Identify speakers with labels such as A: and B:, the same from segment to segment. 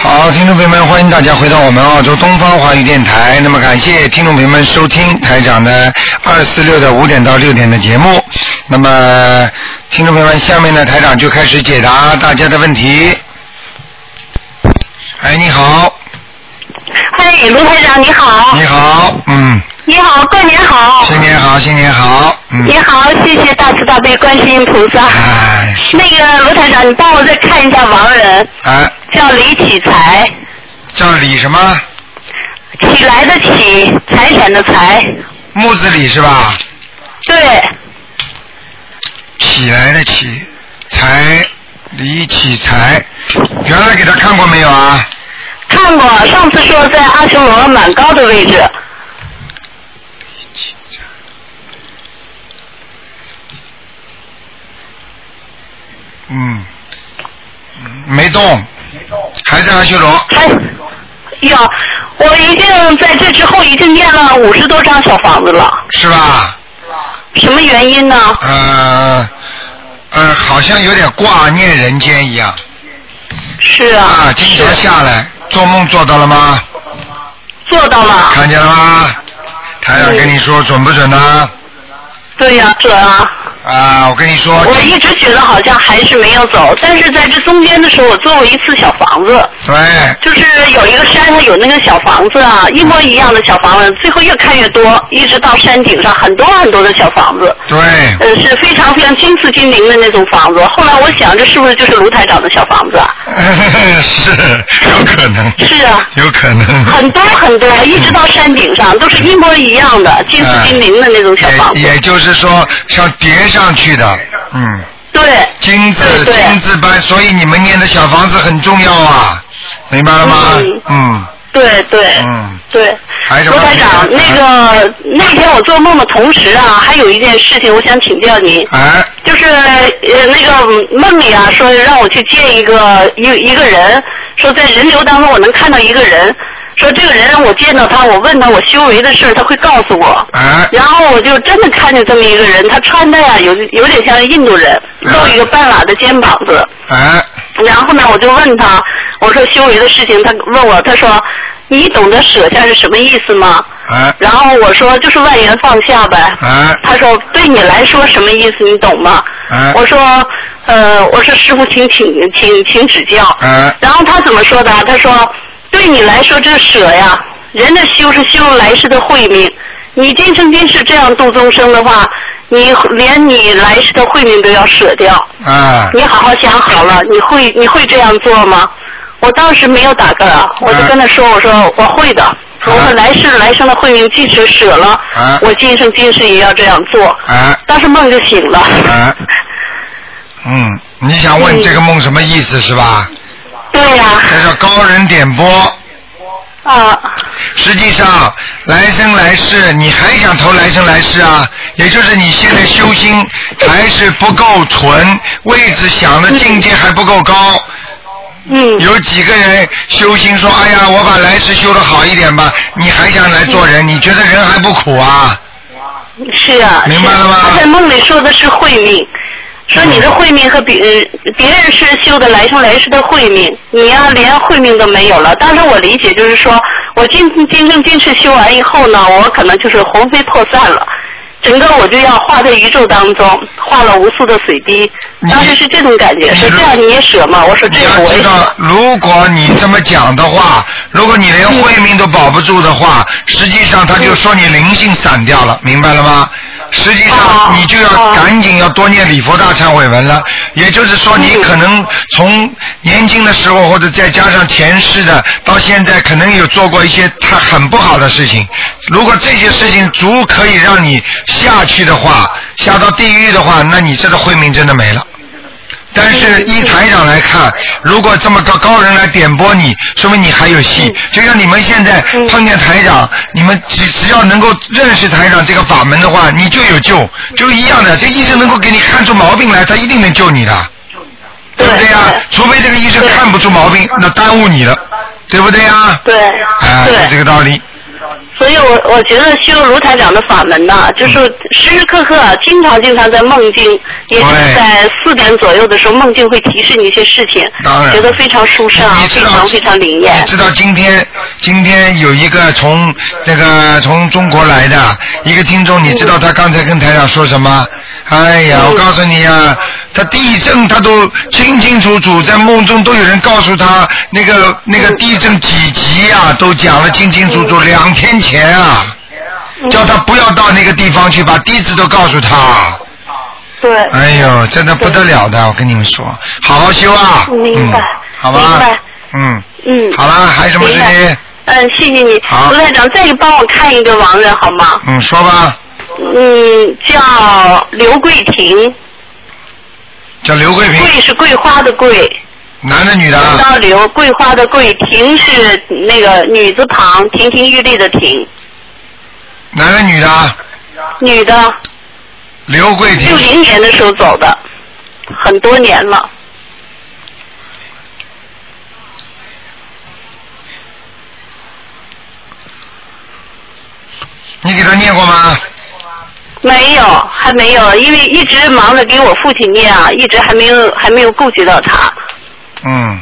A: 朋友们，欢迎大家回到我们澳洲东方华语电台。那么感谢听众朋友们收听台长的二四六的五点到六点的节目。那么听众朋友们，下面呢台长就开始解答大家的问题。哎，你好，
B: 嗨，哎卢台长你好，
A: 你好，嗯，
B: 你好，过年好，
A: 新年好，新年好，嗯
B: 哦你，好，谢谢大慈大悲观世音菩萨。
A: 哎，
B: 那个卢台长，你帮我再看一下亡人，
A: 哎，
B: 叫李启才，
A: 叫李什么？
B: 起来的起，财产的财，
A: 木子李是吧？
B: 对，
A: 起来的起，财，李启财，原来给他看过没有啊？
B: 看过，上次说在阿修罗蛮高的位置，
A: 嗯，没动，还在阿修罗。
B: 还有，哎我已经在这之后已经念了五十多张小房子了，
A: 是吧？
B: 什么原因呢？
A: 呃，呃，好像有点挂念人间一样
B: 是啊，
A: 啊，经常下来，做梦做到了吗？
B: 做到了，
A: 看见了吗？台长跟你说准不准呢？
B: 对呀、准啊。
A: 啊，我跟你说，
B: 我一直觉得好像还是没有走，但是在这中间的时候，我做过一次小房子，
A: 对，
B: 就是有一个山上有那个小房子啊，一模一样的小房子，最后越看越多，一直到山顶上很多很多的小房子，
A: 对，
B: 呃，是非常非常金丝金灵的那种房子。后来我想，这是不是就是卢台长的小房子啊？
A: 是有可能，
B: 是啊，
A: 有可能。
B: 很多很多，一直到山顶上都是一模一样的金丝金灵的那种小房子。
A: 嗯也也就是说，像叠上去的，嗯，
B: 对，
A: 金字
B: 对对
A: 金字班，所以你们念的小房子很重要啊，明白了吗？嗯
B: 对对。
A: 嗯，
B: 对，
A: 还有什
B: 罗
A: 么
B: 台长，
A: 问题
B: 那个那天我做梦的同时啊，还有一件事情我想请教您，
A: 哎，
B: 就是呃那个梦里啊说让我去见一个一一个人，说在人流当中我能看到一个人，说这个人我见到他，我问他我修为的事儿，他会告诉我。
A: 哎，
B: 然后我就真的看见这么一个人，他穿的呀、有有点像印度人，露一个半拉的肩膀子。
A: 哎，
B: 然后呢，我就问他，我说修为的事情，他问我，他说你懂得舍下是什么意思吗？
A: 哎，
B: 然后我说就是万元放下呗。
A: 哎，
B: 他说对你来说什么意思，你懂吗？
A: 哎
B: 我说呃，我说师傅，请请请请指教。
A: 哎，
B: 然后他怎么说的？啊他说对你来说这舍呀，人的修是修来世的慧命，你今生今世这样度众生的话，你连你来世的慧命都要舍掉。
A: 哎，
B: 你好好想好了，你会你会这样做吗？我当时没有打嗝，我就跟他说，我说我会的，我说来世来生的慧命即使舍了
A: 啊，
B: 我今生今世也要这样做。
A: 哎，
B: 当时梦就醒了，
A: 哎，嗯，你想问这个梦什么意思是吧？
B: 对呀、
A: 这叫高人点拨。
B: 啊，
A: 实际上，来生来世，你还想投来生来世啊？也就是你现在修心还是不够纯，位置想的境界还不够高。
B: 嗯，
A: 有几个人修心说：“哎呀，我把来世修的好一点吧。”你还想来做人？你觉得人还不苦啊？
B: 是啊，
A: 明白了吗
B: 是他在梦里说的是慧命，说你的慧命和别
A: 嗯
B: 呃别人是修的来生来世的慧命，你呀、连慧命都没有了。当然我理解就是说，我今今生今世修完以后呢，我可能就是魂飞魄散了。整个我就要化在宇宙当中，化了无数的水滴。
A: 你
B: 当时是这种感觉，
A: 你
B: 说这样你也舍吗？我说这
A: 你
B: 个
A: 要
B: 我也
A: 知道
B: 舍。，
A: 如果你这么讲的话，如果你连慧命都保不住的话，实际上他就说你灵性散掉了，明白了吗？实际
B: 哦
A: 上你就要
B: 哦
A: 赶紧要多念礼佛大忏悔文了，也就是说你可能从年轻的时候或者再加上前世的到现在，可能有做过一些他很不好的事情。如果这些事情足可以让你下去的话，下到地狱的话，那你这个慧命真的没了。但是依台长来看，如果这么高高人来点拨你，说明你还有戏。就像你们现在
B: 嗯
A: 碰见台长，你们只只要能够认识台长这个法门的话，你就有救，就一样的。这医生能够给你看出毛病来，他一定能救你的，对不对呀、除非这个医生看不出毛病，那耽误你了，对不对呀、
B: 对
A: 哎，就这
B: 对
A: 个道理。
B: 所以我我觉得修卢台长的法门呐、就是
A: 嗯
B: 时时刻刻、啊、经常经常在梦境，也就是
A: 对
B: 在四点左右的时候，梦境会提示你一些事情，
A: 当然
B: 觉得非常舒畅
A: 你，知
B: 非
A: 道
B: 常非常灵验
A: 你。知道今天今天有一个从这个从中国来的一个听众，你
B: 嗯
A: 知道他刚才跟台长说什么？哎呀，我告诉你呀、他地震他都清清楚楚，在梦中都有人告诉他那个那个地震几级呀、都讲了清清楚楚，
B: 嗯
A: 两天前啊，叫他不要到那个地方去，把地址都告诉他。
B: 对，
A: 哎呦，真的不得了的，我跟你们说，好好修啊，
B: 明白
A: 嗯、好吧，
B: 明白
A: 嗯，
B: 嗯，
A: 好了，还有什么事
B: 明
A: 情？
B: 嗯，谢谢你，
A: 好
B: 卢台长，再给帮我看一个亡人好吗？
A: 嗯，说吧，
B: 嗯，叫刘桂婷，
A: 叫刘桂
B: 桂
A: 平，
B: 是桂花的桂，
A: 男的女的
B: 三
A: 啊？
B: 刀刘，桂花的桂，婷是那个女字旁，亭亭玉立的亭，
A: 男的女的啊？
B: 女的，
A: 刘桂婷，
B: 六零年的时候走的，很多年了。
A: 你给他念过吗？
B: 没有，还没有，因为一直忙着给我父亲念啊，一直还没有还没有顾及到他。
A: 嗯。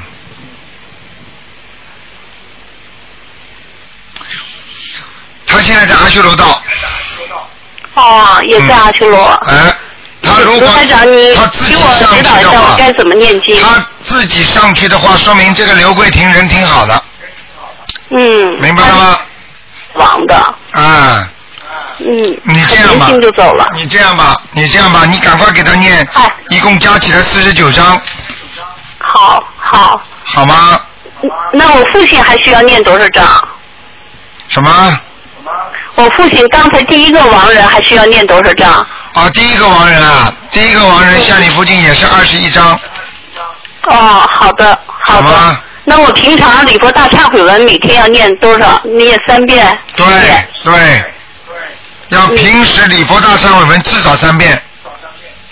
A: 他现在在阿修罗道，
B: 哦，也在阿修罗。
A: 哎，他如
B: 卢
A: 果
B: 台长，你
A: 他自己
B: 给我
A: 上
B: 指
A: 去
B: 导
A: 的
B: 一下，我
A: 话，
B: 该怎么念经？
A: 他自己上去的话，说明这个刘桂婷人挺好的，
B: 嗯，
A: 明白了吗？
B: 亡的，
A: 啊，
B: 嗯，
A: 你这样
B: 很
A: 吧
B: 年轻就走了。
A: 你这样吧，你这样吧，你赶快给他念
B: 哎，
A: 一共加起来四十九章，
B: 好，好，
A: 好吗？
B: 那我父亲还需要念多少章？
A: 什么？啊
B: 我父亲刚才第一个亡人还需要念多少章？
A: 啊，第一个亡人啊，第一个亡人像你附近也是二十一章，
B: 哦，好的，好
A: 好
B: 的。
A: 吗？
B: 那我平常礼佛大忏悔文每天要念多少？念三遍。
A: 对
B: 四遍
A: 对，要
B: 嗯
A: 平时礼佛大忏悔文至少三遍，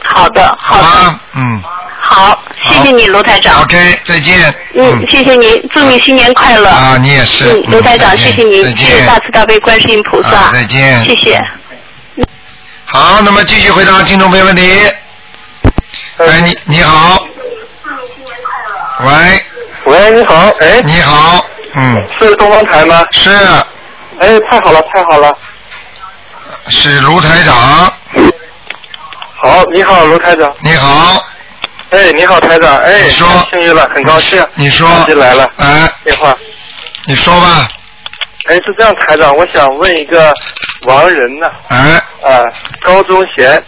B: 好的，
A: 好
B: 的，
A: 吗？嗯
B: 好，谢谢你，卢台长。
A: ，OK，再见。
B: 嗯，谢谢你，祝你新年快乐。
A: 啊，你也是
B: 嗯，。卢台长，
A: 再见
B: 谢谢你，
A: 再
B: 谢谢
A: 见。
B: 大慈大悲观世音菩萨。
A: 啊再见
B: 谢谢。
A: 好，那么继续回答听众朋友问题。
B: 嗯
A: 哎，你你好，喂，
C: 喂，你好，哎，
A: 你好，嗯，
C: 是东方台吗？
A: 是
C: 哎，太好了，太好了。
A: 是卢台长，
C: 好，你好，卢台长。
A: 你好，
C: 哎，你好，台长。哎，
A: 你说
C: 太幸运了，很高兴。
A: 你说
C: 打进来了
A: 哎，
C: 电话。
A: 你说吧，
C: 哎，是这样，台长，我想问一个亡人呢，
A: 哎，
C: 啊，高中贤，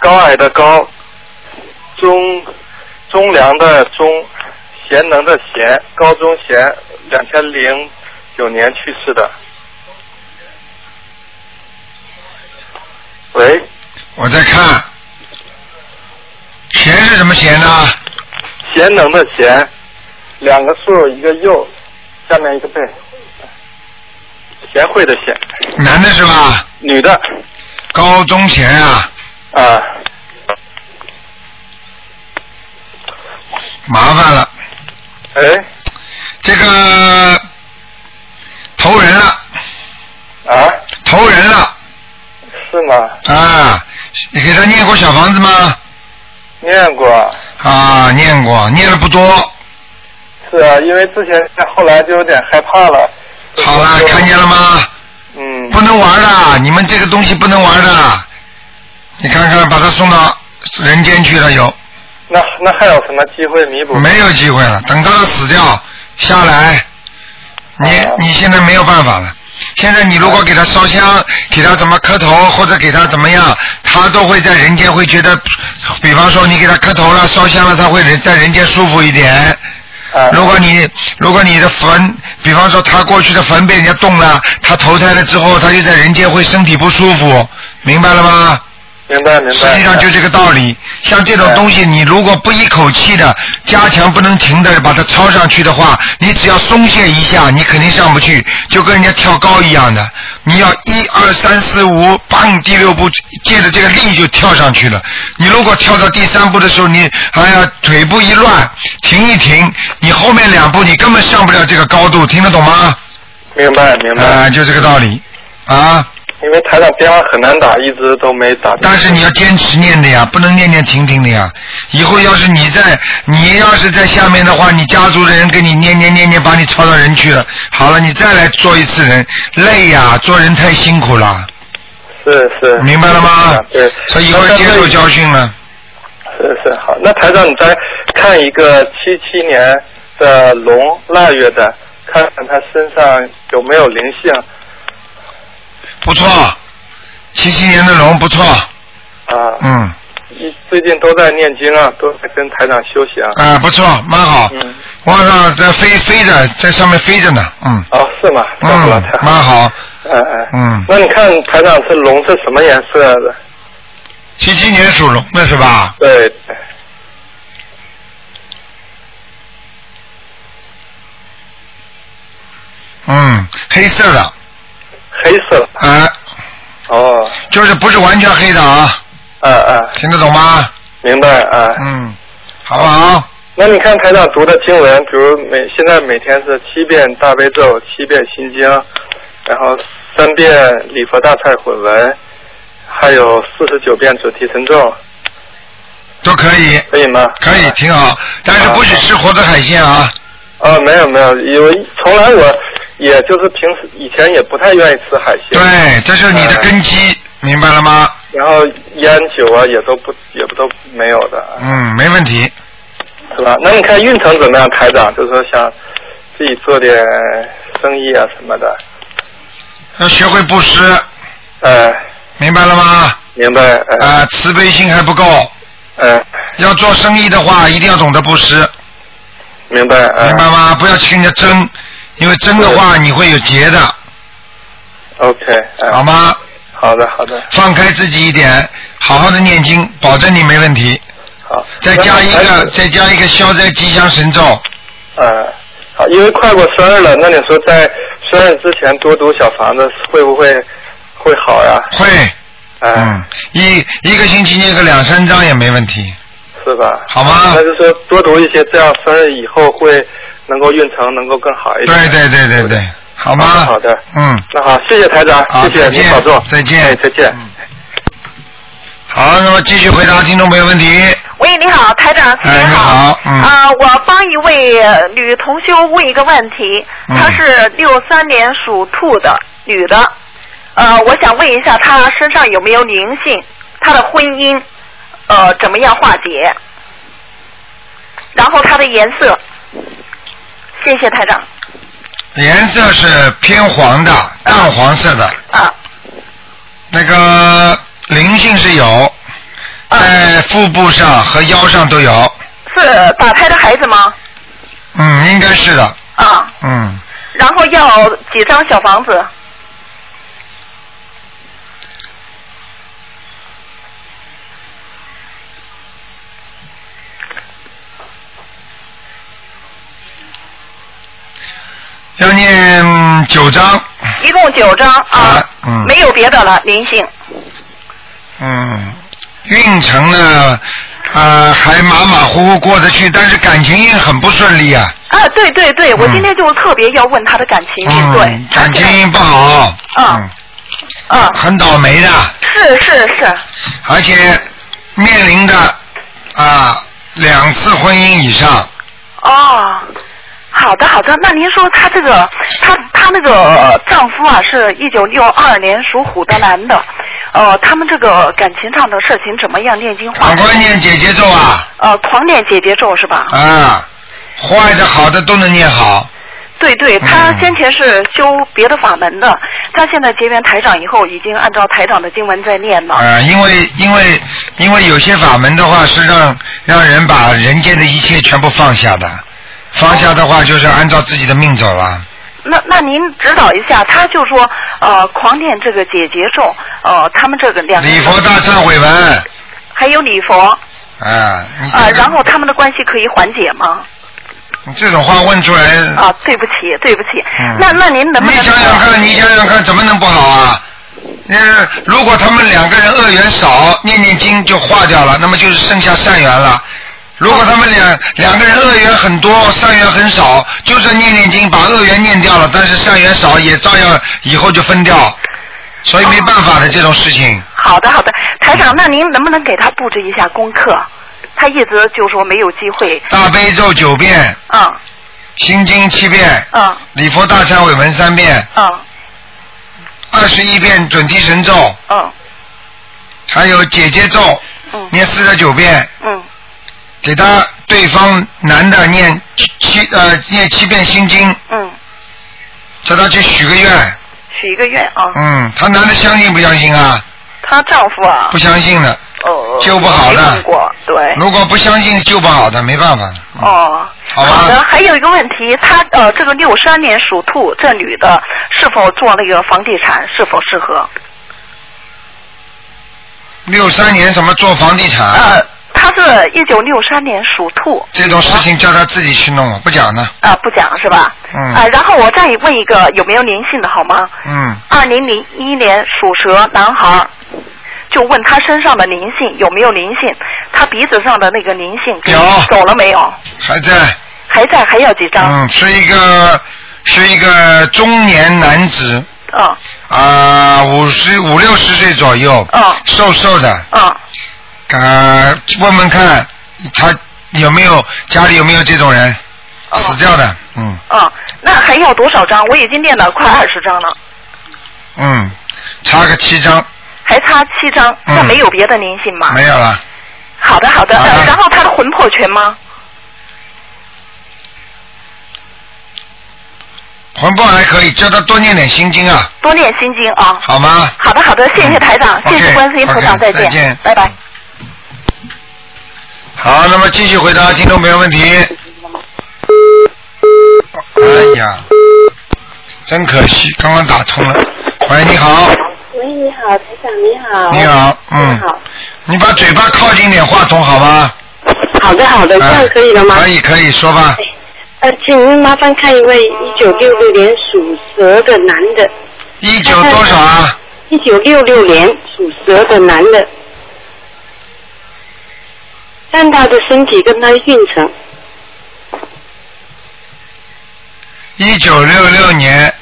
C: 高矮的高，中中粮的中，贤能的贤，高中贤，两千零九年去世的。喂，
A: 我在看，闲是什么闲呢？
C: 贤能的贤，两个竖一个右，下面一个贝，贤惠的贤，
A: 男的是吧？
C: 女的
A: 高中闲啊，
C: 啊，
A: 麻烦了，
C: 哎
A: 这个投人了，
C: 啊，
A: 投人了
C: 是吗？
A: 啊！你给他念过小房子吗？
C: 念过，
A: 啊，念过，念了不多。
C: 是啊，因为之前后来就有点害怕了。
A: 好了，
C: 就
A: 看见了吗？
C: 嗯，
A: 不能玩的，你们这个东西不能玩的。你看看，把他送到人间去了有？
C: 那那还有什么机会弥补？
A: 没有机会了。等到他死掉下来，你
C: 哦
A: 你现在没有办法了。现在你如果给他烧香，给他怎么磕头，或者给他怎么样，他都会在人间会觉得，比方说你给他磕头了、烧香了，他会人在人间舒服一点。
C: 啊，
A: 如果你如果你的坟，比方说他过去的坟被人家动了，他投胎了之后，他就在人间会身体不舒服，明白了吗？
C: 明白嗯明白。
A: 实际上就这个道理。像这种东西，你如果不一口气的加强不能停的把它抄上去的话，你只要松懈一下，你肯定上不去，就跟人家跳高一样的。你要一二三四五，棒第六步借着这个力就跳上去了。你如果跳到第三步的时候，你哎呀腿部一乱，停一停，你后面两步你根本上不了这个高度，听得懂吗？
C: 明白明白。
A: 啊，就这个道理啊。
C: 因为台长电话很难打，一直都没打。
A: 但是你要坚持念的呀，不能念念停停的呀。以后要是你在，你要是在下面的话，你家族的人跟你念念念念，把你抄到人去了。好了，你再来做一次人，累呀，做人太辛苦了，
C: 是是。
A: 明白了吗？
C: 对。
A: 所以以后要接受教训了。
C: 是是好，那台长你再看一个七七年的龙腊月的，看看他身上有没有灵性
A: 不错，七七年的龙不错，
C: 啊？
A: 嗯
C: 一最近都在念经啊，都在跟台长休息啊。
A: 啊不错，蛮好。
C: 嗯，
A: 往上在飞飞着，在上面飞着呢，嗯
C: 哦是吗？太好了
A: 嗯，
C: 太好
A: 蛮
C: 了。
A: 好，
C: 嗯嗯。
A: 嗯，
C: 那你看台长是龙是什么颜色的？
A: 七七年属龙的是吧？
C: 对，
A: 嗯，黑色的，
C: 黑色。
A: 啊、
C: 哦，
A: 就是不是完全黑的啊，
C: 啊啊，
A: 听得懂吗？
C: 明白啊。
A: 嗯，好不好？
C: 那你看台长读的经文，比如每现在每天是七遍大悲咒，七遍心经，然后三遍礼佛大忏悔文，还有四十九遍准提神咒，
A: 都可以，
C: 可以吗？
A: 可以，
C: 啊
A: 挺好。但是不许吃活的海鲜啊，
C: 哦，没有没有，因为从来我也就是平时以前也不太愿意吃海鲜，
A: 对，这是你的根基，明白了吗？
C: 然后烟酒啊也都不也不都没有的，
A: 嗯，没问题。
C: 是吧？那你看运程怎么样，台长？就是说想自己做点生意啊什么的，
A: 要学会布施，
C: 呃，
A: 明白了吗？
C: 明白，
A: 啊、
C: 呃
A: 慈悲心还不够，
C: 呃，
A: 要做生意的话，一定要懂得布施，
C: 明白，呃、
A: 明白吗？不要去跟人家争，因为争的话你会有结的，
C: OK，呃、
A: 好吗？
C: 好的，好的，
A: 放开自己一点，好好的念经，保证你没问题。
C: 好。
A: 再加一
C: 那
A: 个，
C: 台
A: 再加一个消灾吉祥神咒，
C: 呃，好，因为快过生日了，那你说在生日之前多读小房子会不会会好呀？
A: 会，
C: 哎、
A: 嗯，一一个星期念个两三章也没问题。
C: 是吧？
A: 好吗
C: 那就是说多读一些，这样生日以后会能够运程能够更好一点。
A: 对对对对对，好吗？
C: 好的好的
A: 嗯，
C: 那好，啊谢谢台长，
A: 好
C: 谢谢
A: 再
C: 您
A: 见
C: 保重，
A: 再见
C: 哎再见。
A: 好，那么继续回答听众朋友问题。
B: 喂，你好，台长，
A: 哎你好嗯
B: 啊、我帮一位呃女同修问一个问题，
A: 嗯
B: 她是六三年属兔的女的，呃，我想问一下她身上有没有灵性，她的婚姻呃怎么样化解，然后她的颜色，谢谢台长
A: 颜色是偏黄的，
C: 哎
A: 淡黄色的，
B: 啊
A: 那个灵性是有，
B: 啊、
C: 哎
A: 在腹部上和腰上都有，
B: 是打胎的孩子吗？
A: 嗯，应该是的，
B: 啊，
A: 嗯，
B: 然后要几张小房子？
A: 要念九章，
B: 一共九张啊
A: 啊，嗯
B: 没有别的了，灵性。
A: 嗯，运程呢，啊，还马马虎虎过得去，但是感情运很不顺利啊，
B: 啊，对对对，我
A: 嗯
B: 今天就是特别要问他的感情运，哎
A: 嗯，
B: 对，
A: 感情运不好，
B: 啊
A: 嗯，
B: 啊，
A: 很倒霉的，
B: 是是是，
A: 而且面临的啊两次婚姻以上，
B: 哦，好的好的，那您说他这个，他他那个丈夫啊，是一九六二年属虎的男的，呃，他们这个感情上的事情怎么样？念经化
A: 赶快念姐姐咒啊
B: 呃，狂念姐姐咒是吧？
A: 啊，坏的好的都能念好，
B: 对对，他
A: 嗯
B: 先前是修别的法门的，他现在结缘台长以后，已经按照台长的经文在念了。
A: 啊，因为因为因为有些法门的话是让让人把人间的一切全部放下的，放下的话就是按照自己的命走了。
B: 那那您指导一下，他就说呃，狂念这个解结咒，呃，他们这个两个
A: 礼佛嗯大忏悔文
B: 还有礼佛啊、
A: 啊，你这
B: 呃
A: 个
B: 然后他们的关系可以缓解吗？
A: 你这种话问出来，
B: 啊、对不起，对不起，
A: 嗯
B: 那那您能不
A: 你
B: 能？
A: 想想看，你想想看，怎么能不好啊？那如果他们两个人恶缘少，念念经就化掉了，那么就是剩下善缘了。
B: 哦
A: 如果他们两两个人恶缘很多，善缘很少，就算念念经把恶缘念掉了，但是善缘少也照样以后就分掉，所以没办法的这种事情。
B: 好的，好的，台长，那您能不能给他布置一下功课？他一直就说没有机会。
A: 大悲咒九遍，
B: 嗯
A: 心经七遍，
B: 嗯
A: 礼佛大忏悔文三遍，
B: 嗯
A: 二十一遍准提神咒，
B: 嗯
A: 还有姐姐咒，
B: 嗯
A: 念四十九遍，
B: 嗯
A: 给他对方男的念七七呃念七遍心经，
B: 嗯，
A: 叫他去许个愿。
B: 许一个愿啊。
A: 嗯，他男的相信不相信啊？
B: 她丈夫啊
A: 不，相信的，
B: 哦，
A: 救不好的嗯
B: 没问过，对。
A: 如果不相信救不好的，没办法。嗯
B: 哎哦，
A: 好吧
B: 的。还有一个问题，她呃，这个六三年属兔这女的是否做那个房地产是否适合？
A: 六三年什么做房地产、
B: 呃，她是一九六三年属兔。
A: 这种事情，叫他自己去弄了，不讲了。
B: 啊、不讲是吧？
A: 嗯
B: 啊、然后我再问一个有没有灵性的好吗？
A: 嗯，
B: 二零零一年属蛇男孩，就问他身上的灵性有没有灵性，他鼻子上的那个灵性
A: 有
B: 走了没有？
A: 还在。
B: 还在还要几张？
A: 嗯，是一个是一个中年男子
B: 嗯
A: 啊，五十五六十岁左右，
B: 嗯
D: 哦
A: 瘦瘦的，
B: 嗯
A: 呃，问问看他有没有家里有没有这种人
B: 哦
A: 死掉的，嗯
B: 嗯，那还要多少张？我已经练了快二十张了，
A: 嗯，差个七张
B: 还差七张，
A: 嗯
B: 那没有别的灵性吗？
A: 没有了，
B: 好的好的，
A: 好的
B: 呃然后他的魂魄全吗？
A: 魂魄还可以，叫他多念点心经啊，
B: 多练心经啊。
A: 好吗？
B: 好的好的，谢谢台长，
A: 嗯
B: 谢谢
A: OK，
B: 观世音菩萨，
A: OK，再
B: 再
A: 见
B: 拜拜。
A: 好，那么继续回答听众朋友问题。哎呀，真可惜，刚刚打通了。喂，你好，
D: 喂，你好，台长，你好。
A: 你。好，嗯
D: 你，好。
A: 你把嘴巴靠近点话筒好吗？
D: 好的，好的，这样可以了吗？
A: 哎可以，可以说吧。
D: 呃，请您麻烦看一位一九六六年属蛇的男的，
A: 一九多少啊？
D: 一九六六年属蛇的男的，看他的身体跟他的运程。
A: 一九六六年，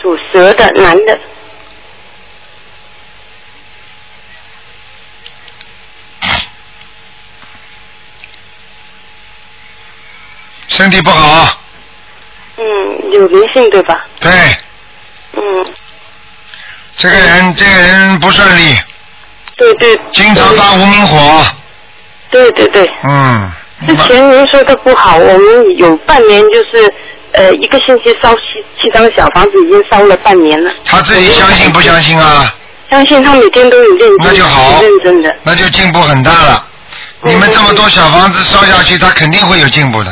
D: 属蛇的男的，
A: 身体不好，
D: 嗯，有灵性对吧？
A: 对，
D: 嗯，
A: 这个人这个人不顺利，
D: 对对。
A: 经常发无名火，
D: 对对对，
A: 嗯，
D: 之前您说的不好，我们有半年就是呃一个星期烧七七张小房子，已经烧了半年了。
A: 他自己相信不相信啊？
D: 相信他每天都有认真，
A: 那就好
D: 挺认真的。
A: 那就进步很大了。你们这么多小房子烧下去，他肯定会有进步的。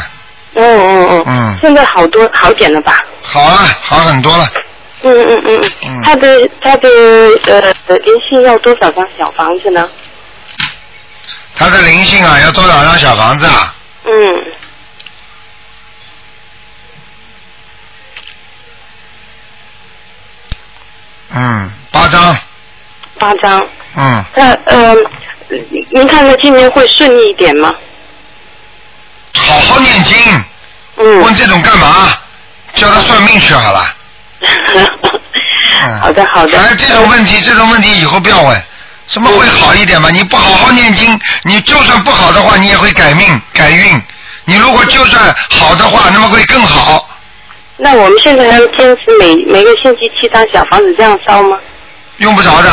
D: 嗯嗯嗯。
A: 嗯
D: 现在好多好点了吧？
A: 好了，好很多了。
D: 嗯嗯嗯
A: 嗯
D: 嗯。他的他的呃灵性要多少张小房子呢？
A: 他的灵性啊，要多少张小房子啊？
D: 嗯。
A: 嗯，八张。
D: 八张，
A: 嗯，
D: 那呃，您您看看今年会顺利一点吗？
A: 好好念经。
D: 嗯，
A: 问这种干嘛？叫他算命去好了。嗯
D: 好的好的，
A: 哎，这种问题，这种问题以后不要问。什么会好一点
D: 嗯
A: 嘛？你不好好念经，你就算不好的话，你也会改命改运。你如果就算好的话，那么会更好。
D: 那我们现在要坚持每每个星期七张小房子这样烧吗？
A: 用不着的，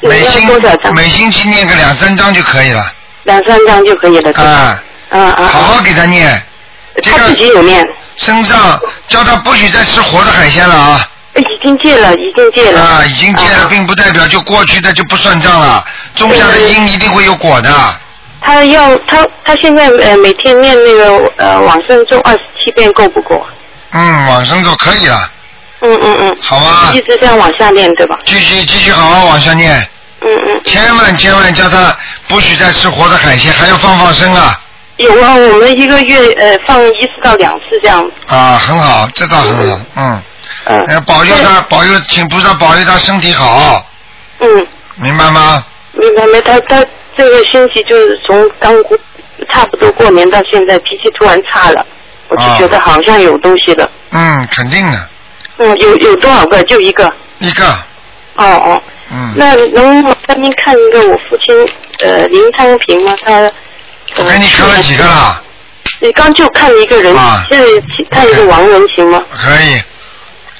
D: 你
A: 每
D: 要
A: 星
D: 多少张？
A: 每星期念个两三章就可以了。
D: 两三张就可以了。对吧
A: 啊，
D: 嗯嗯，嗯
A: 好好给他念，这
D: 他自己
A: 个
D: 有念，
A: 身上叫他不许再吃活的海鲜了啊！
D: 哎已经戒了，已经戒了。
A: 啊，已经戒了，
D: 啊
A: 并不代表就过去的就不算账了，种下的因一定会有果的。
D: 他要他他现在呃每天念那个呃往生咒二十七遍够不够？啊
A: 嗯，往生咒可以了，
D: 嗯嗯嗯，
A: 好吧
D: 一？直这样往下念对吧？
A: 继续继续好好往下念，
D: 嗯嗯，
A: 千万千万叫他不许再吃活的海鲜，还要放放生啊！
D: 有啊，我们一个月呃放一次到两次这样。
A: 啊，很好，这倒很好，嗯，
D: 嗯、
A: 呃保佑他，保佑，请菩萨保佑他身体好，
D: 嗯，
A: 明白吗？
D: 明白没？他他这个星期就是从刚过差不多过年到现在，脾气突然差了。
E: 我就
A: 啊
E: 觉得好像有东西了。
A: 嗯，肯定的，
E: 嗯，有有多少个？就一个。
A: 一个，
E: 哦哦，
A: 嗯，
E: 那能我那边看一个我父亲呃林昌平吗？他呃
A: 我给你看了几个？了？
E: 你刚就看一个人，
A: 啊
E: 现在看一个王人行吗？
A: 可以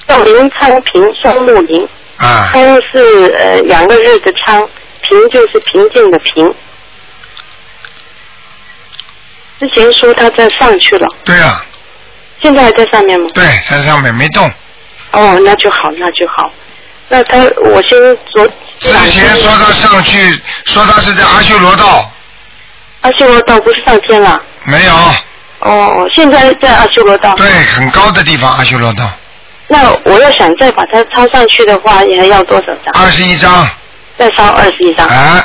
E: 叫林昌平，双木林，
A: 啊，
E: 昌是呃两个日的昌，平就是平静的平。之前说他在上去了，
A: 对啊，
E: 现在还在上面吗？
A: 对，在上面没动。
E: 哦，那就好，那就好。那他，我先昨
A: 之前说
D: 啊
A: 他上去，说他是在阿修罗道，
E: 阿修罗道不是上天了？
A: 没有，
E: 哦，现在在阿修罗道。
A: 对，很高的地方阿修罗道，
E: 那我要想再把它抄上去的话，也要多少张？
A: 二十一章，
E: 再烧二十一张。
A: 哎，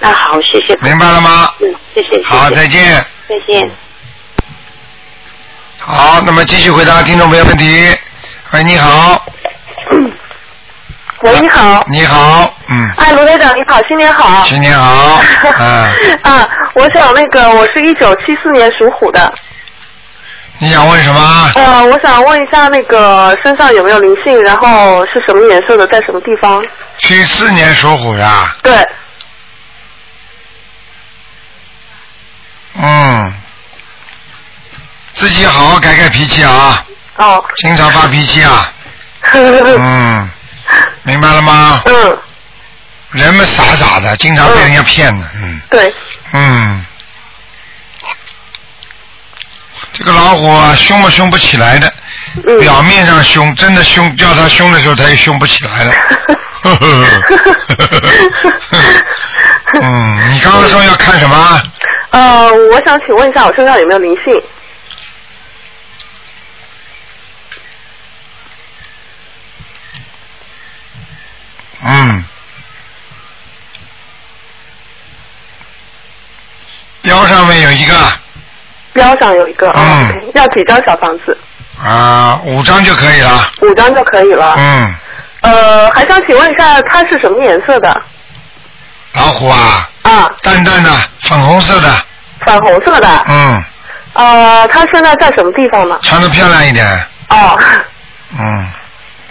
E: 那好，谢谢。
A: 明白了吗？
E: 嗯，谢谢。谢谢
A: 好，再见。
E: 再见。
A: 好，那么继续回答听众朋友问题。喂，你好，
D: 喂，你好。啊
A: 你好，嗯，
D: 哎，卢队长，你好，新年好。
A: 新年 好，嗯，
D: 啊，我想那个，我是一九七四年属虎的，
A: 你想问什么？
D: 呃，我想问一下那个身上有没有灵性，然后是什么颜色的，在什么地方？
A: 七四年属虎的，
D: 对，
A: 嗯，自己好好改改脾气啊，
D: 哦，
A: 经常发脾气啊，
D: 嗯
A: 嗯，明白了吗？
D: 嗯，
A: 人们傻傻的，经常被人家骗的，嗯
D: 对，
A: 嗯。这个老虎啊，凶嘛凶不起来的，
D: 嗯，
A: 表 面上凶，真的凶，叫它凶的时候，它也凶不起来了。呵呵呵呵嗯，你刚刚说要看什么？
D: 呃，我想请问一下，我身上有没有灵性？
A: 嗯，腰上面有一个
D: 标上有一个，
A: 嗯
D: 哦，OK，要几张小房子？
A: 啊，五张就可以了。
D: 五张就可以了。
A: 嗯，
D: 呃，还想请问一下，它是什么颜色的？
A: 老虎啊，
D: 啊，
A: 淡淡的，粉红色的，
D: 粉红色的。
A: 嗯，
D: 呃，它现在在什么地方呢？
A: 穿的漂亮一点，
D: 哦，
A: 嗯，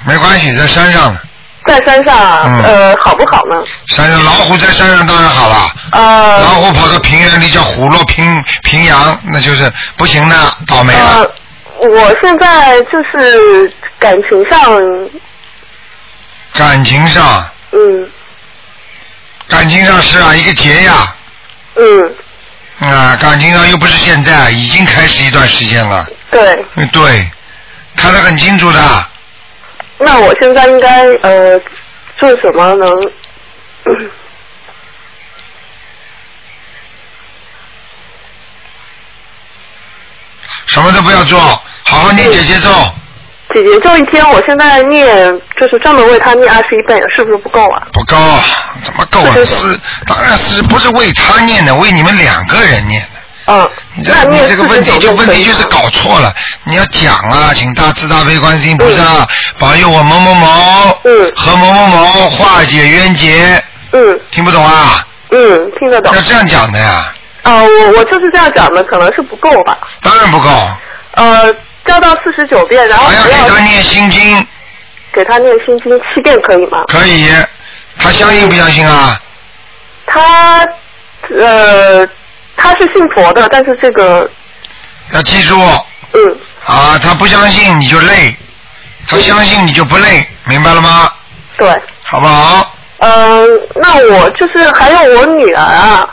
A: 没关系，在山上呢，
D: 在山上啊，
A: 嗯
D: 呃，好不好呢？
A: 山上老虎在山上当然好了。
D: 呃，
A: 老虎跑到平原里叫虎落平平阳，那就是不行的，倒霉了。
D: 呃，我现在就是感情上，
A: 感情上，
D: 嗯
A: 感情上是啊，一个结呀，啊、
D: 嗯，
A: 感情上又不是现在，啊已经开始一段时间了。
D: 对，
A: 嗯，对，看得很清楚的，
D: 那我现在应该呃做什么能？嗯
A: 什么都不要做，好好念姐姐咒。
D: 姐姐，就一天，我现在念就是专门为他念二十一遍，是不是不够啊？
A: 不够，怎么够 啊？是，当然是不是为他念的，为你们两个人念的。
D: 嗯
A: 啊你，这
D: 那
A: 哎你
D: 念
A: 这个
D: 49
A: 问题就
D: 遍
A: 问
D: 可
A: 题
D: 以
A: 就是
D: 吗
A: 搞错了，你要讲啊，请大慈大悲观世音菩萨保佑我某某某
D: 嗯
A: 和某某某化解冤结，
D: 嗯
A: 听不懂啊？
D: 嗯，听得懂。
A: 要这样讲的呀，
D: 呃，我我就是这样讲的，可能是不够吧。
A: 当然不够，
D: 呃，教到四十九遍，然后
A: 还要
D: 只
A: 给
D: 要
A: 他念心经，
D: 给他念心经七遍可以吗？
A: 可以，他相信不相信啊？
D: 他呃，他是信佛的，但是这个
A: 要记住
D: 嗯
A: 啊，他不相信你就累，他相信你就不累，明白了吗？
D: 对，
A: 好不好？
D: 呃，那我就是还有我女儿啊，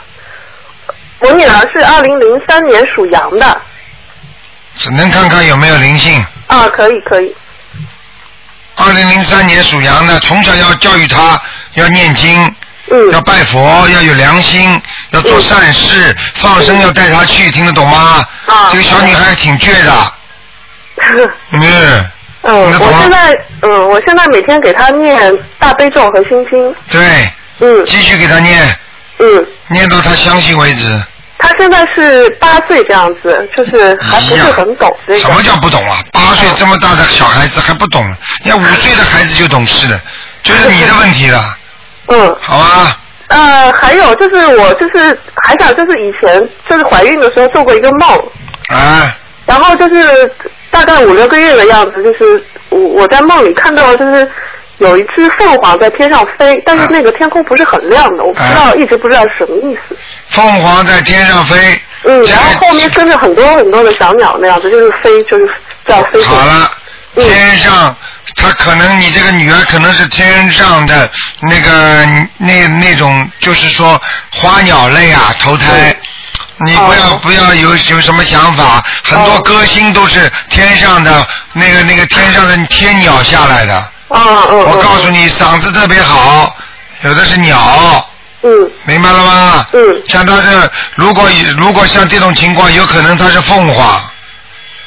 D: 我女儿是二零零三年属羊的
A: 只能看看有没有灵性。
D: 啊，可以可以，
A: 二零零三年属羊的，从小要教育他要念经，
D: 嗯
A: 要拜佛，要有良心，要做善事，放生要带他去，听得懂吗？
D: 嗯啊
A: 这个小女孩挺倔的，嗯，
D: 嗯，
A: 那好
D: 我
A: 啊
D: 现在嗯，我现在每天给她念大悲咒和心经，
A: 对，
D: 嗯
A: 继续给她念，
D: 嗯。
A: 念到她相信为止。
D: 他现在是八岁这样子，就是还不
A: 一
D: 是
A: 样
D: 很懂嗯这
A: 什么
D: 个。
A: 叫不懂啊？八岁这么大的小孩子还不懂，人家五岁的孩子就懂事了，就是你的问题了，
D: 嗯，
A: 好吧？
D: 呃，还有就是我就是还想就是以前就是怀孕的时候做过一个梦，
A: 啊，
D: 然后就是大概五六个月的样子，就是我我在梦里看到就是有一只凤凰在天上飞，但是那个天空不是很亮的，我不知
A: 啊
D: 道、一直不知道是什么意思。
A: 凤凰在天上飞。
D: 嗯，
A: 这
D: 然后后面跟着很多很多的小鸟那样子，就是飞就是在飞走。
A: 好了，天上，他可能你这个女儿可能是天上的那个那那种，就是说花鸟类啊投胎。你不要、不要有有什么想法，很多歌星都是天上的、那个那个天上的天鸟下来的。
D: 啊嗯
A: 我告诉你，嗓子特别好，有的是鸟。
D: 嗯。
A: 明白了吗？
D: 嗯。
A: 像他是，如果如果像这种情况，有可能他是凤凰。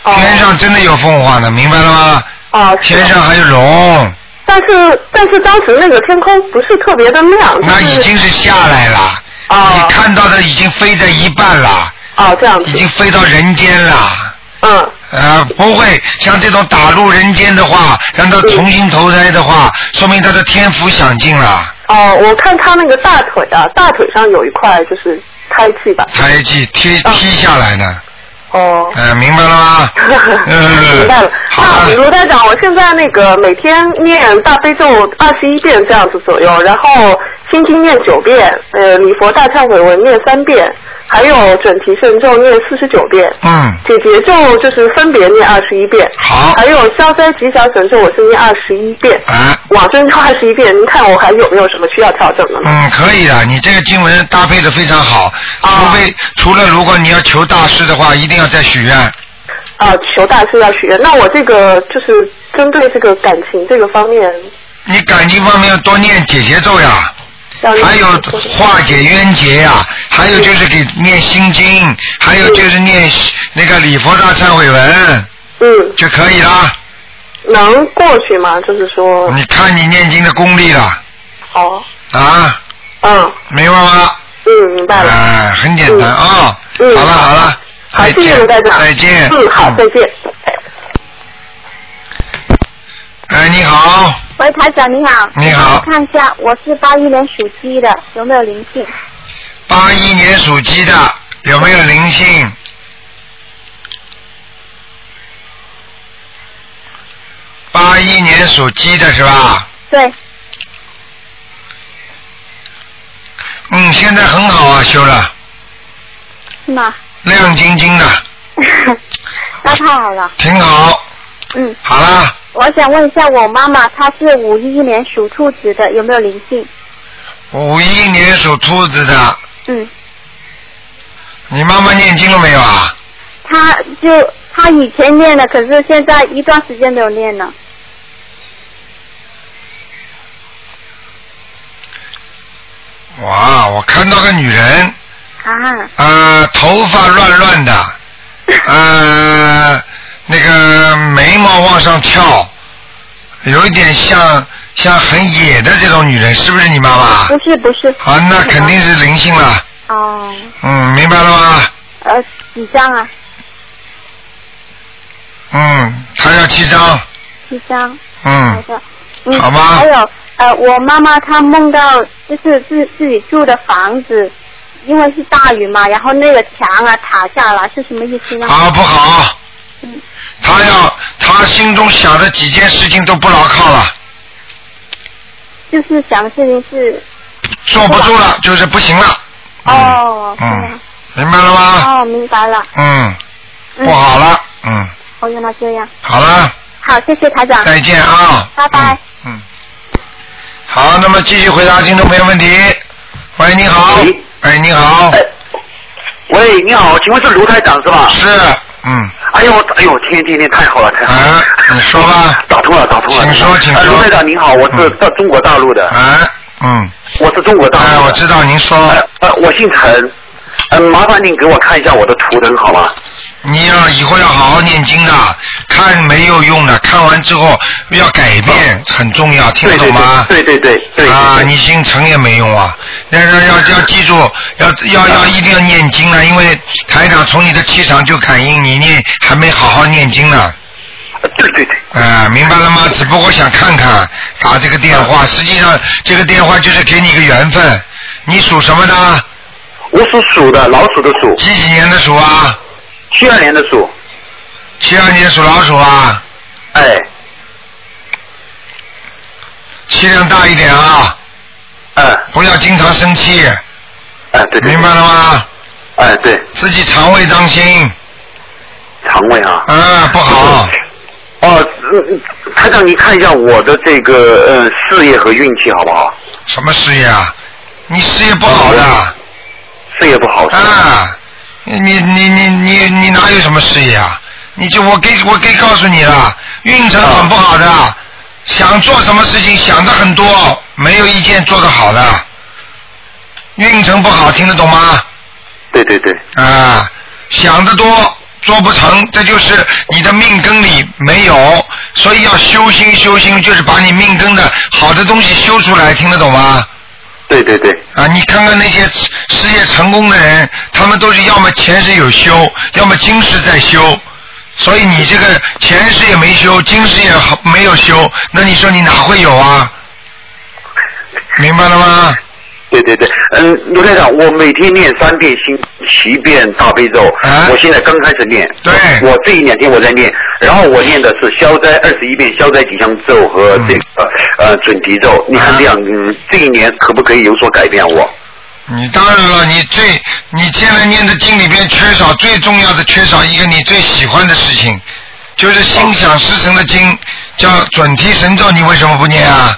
D: 哦
A: 天上真的有凤凰的，明白了吗？
D: 啊，是
A: 天上还有龙，
D: 但是但是当时那个天空不是特别的亮，
A: 那已经是下来了。你看到的已经飞在一半了。
D: 哦，这样
A: 已经飞到人间了。
D: 嗯。
A: 呃，不会像这种打入人间的话，让他重新投胎的话，说明他的天赋享尽了。
D: 哦，我看他那个大腿啊，大腿上有一块就是胎记吧。
A: 胎记踢踢下来的，
D: 哦。
A: 呃，明白了 吗？嗯
D: 明白了。那卢台长，我现在那个每天念大悲咒二十一遍这样子左右，然后心经念九遍，呃，礼佛大忏悔文念三遍，还有准提神咒念四十九遍。
A: 嗯，
D: 解结咒就是分别念二十一遍，
A: 好，
D: 还有消灾吉祥神咒我是念二十一遍，
A: 啊，
D: 往生咒二十一遍，您看我还有没有什么需要调整的呢？
A: 嗯，可以的，你这个经文搭配的非常
D: 哦
A: 好，除非除了如果你要求大师的话，一定要再许愿。
D: 啊，求大师要许愿。那我这个就是针对这个感情这个方面，
A: 你感情方面要多念解结咒呀，
D: 哎
A: 还有化解冤结呀，还有就是给念心经，还有就是念那个礼佛大忏悔文，
D: 嗯，
A: 就可以啦。
D: 能过去吗？就是说，
A: 你看你念经的功力了
D: 哦，
A: 啊，
D: 嗯，
A: 明白吗？
D: 嗯，明白
A: 哎、
D: 了。
A: 很简单啊、
D: 嗯，
A: 好了好了，
D: 好，
A: 再
D: 谢谢卢
A: 见
D: 台长。
A: 再见。
D: 嗯，好，再见。
A: 哎，你好，
F: 喂，台长你好。
A: 你好
F: 看一下，我是八一年属鸡的，有没有灵性？
A: 八一年属鸡的有没有灵性？八一年属鸡的是吧？
F: 对，
A: 嗯，现在很好啊，修了，
F: 是吗？
A: 亮晶晶的，
F: 那太好了。
A: 挺好。
F: 嗯，
A: 好啦，
F: 我想问一下我妈妈，她是五一年属兔子的，有没有灵性？
A: 五一年属兔子的，
F: 嗯，
A: 你妈妈念经了没有啊？
F: 她就她以前念了，可是现在一段时间没有念了。
A: 哇，我看到个女人，
F: 啊，
A: 呃，头发乱乱的，呃，那个眉毛往上翘，有一点像像很野的这种女人，是不是你妈妈？
F: 不是不是。
A: 啊，那肯定是灵性了。
F: 哦，
A: 嗯，明白了吗？
F: 呃，几张啊？
A: 嗯，她要七张。
F: 七张。好
A: 嗯，
F: 的。嗯
A: 好吗
F: 还有呃，我妈妈她梦到就是自自己住的房子，因为是大雨嘛，然后那个墙啊塌下来，是什么意思呢？
A: 啊，不好。她要她心中想的几件事情都不牢靠了，
F: 就是想事情是
A: 坐不住了，就是不行了。
F: 哦，
A: 嗯，明白了吗？
F: 哦，明白了。
A: 嗯，
F: 嗯
A: 不好了。嗯，
F: 哦，原来这样。
A: 好了。
F: 好，谢谢台长。
A: 再见啊
F: 拜拜。
A: 好，那么继续回答听众朋友问题。喂，你好。哎，你好。
G: 喂，你好，请问是卢台长是吧？
A: 是，嗯。
G: 哎呦，哎呦，天天天太好了，太好了。
A: 你说啊嗯吧。
G: 打通了，打通了。请说，请说。卢台长您好，我是到中国大陆的。
A: 嗯啊，嗯。
G: 我是中国大陆。哎，我
A: 知道，您说。
G: 呃，我姓陈。呃，麻烦您给我看一下我的图腾好吗？
A: 你要以后要好好念经的，看没有用的，看完之后要改变，很重要，听得懂吗？
G: 哦对对对对呃对。
A: 啊，你姓陈也没用啊，要要要要记住，要要要一定要念经啊了，因为台长从你的气场就感应你念还没好好念经呢。
G: 对对对。
A: 啊，明白了
G: 嗯
A: 吗？只不过想看看打这个电话，实际上这个电话就是给你一个缘分。你属什么的？
G: 我属鼠的，老鼠的鼠。
A: 几几年的鼠啊？
G: 七二年的鼠。
A: 七二年属老鼠啊，
G: 哎，
A: 气量大一点啊，
G: 嗯，
A: 不要经常生气，
G: 哎，对对，
A: 明白了吗？
G: 哎，对，
A: 自己肠胃当心，
G: 肠胃啊，
A: 啊，不好，
G: 哦，嗯嗯台长，你看一下我的这个呃事业和运气好不好？
A: 什么事业啊？你事业不好的
G: 事业不好是吧？
A: 啊，你你你你你你哪有什么事业啊？你就我给我给告诉你了，运程很不好的，想做什么事情想的很多，没有一件做得好的，运程不好，听得懂吗？
G: 对对对，
A: 啊，想得多做不成，这就是你的命根里没有，所以要修心修心，就是把你命根的好的东西修出来，听得懂吗？
G: 对对对，
A: 啊，你看看那些事事业成功的人，他们都是要么前世有修，要么今世在修。所以你这个前世也没修，今世也好没有修，那你说你哪会有啊？明白了吗？
G: 对对对，嗯，刘台长，我每天念三遍心，七遍大悲咒，
A: 啊
G: 我现在刚开始念，
A: 对
G: 我这一两天我在念，然后我念的是消灾二十一遍消灾吉祥咒和
A: 嗯
G: 这个、呃准提咒，你
A: 啊
G: 看这样，嗯，这一年可不可以有所改变啊我？
A: 你当然了，你最你现在念的经里边缺少最重要的缺少一个你最喜欢的事情，就是心想事成的经，叫准提神咒，你为什么不念啊？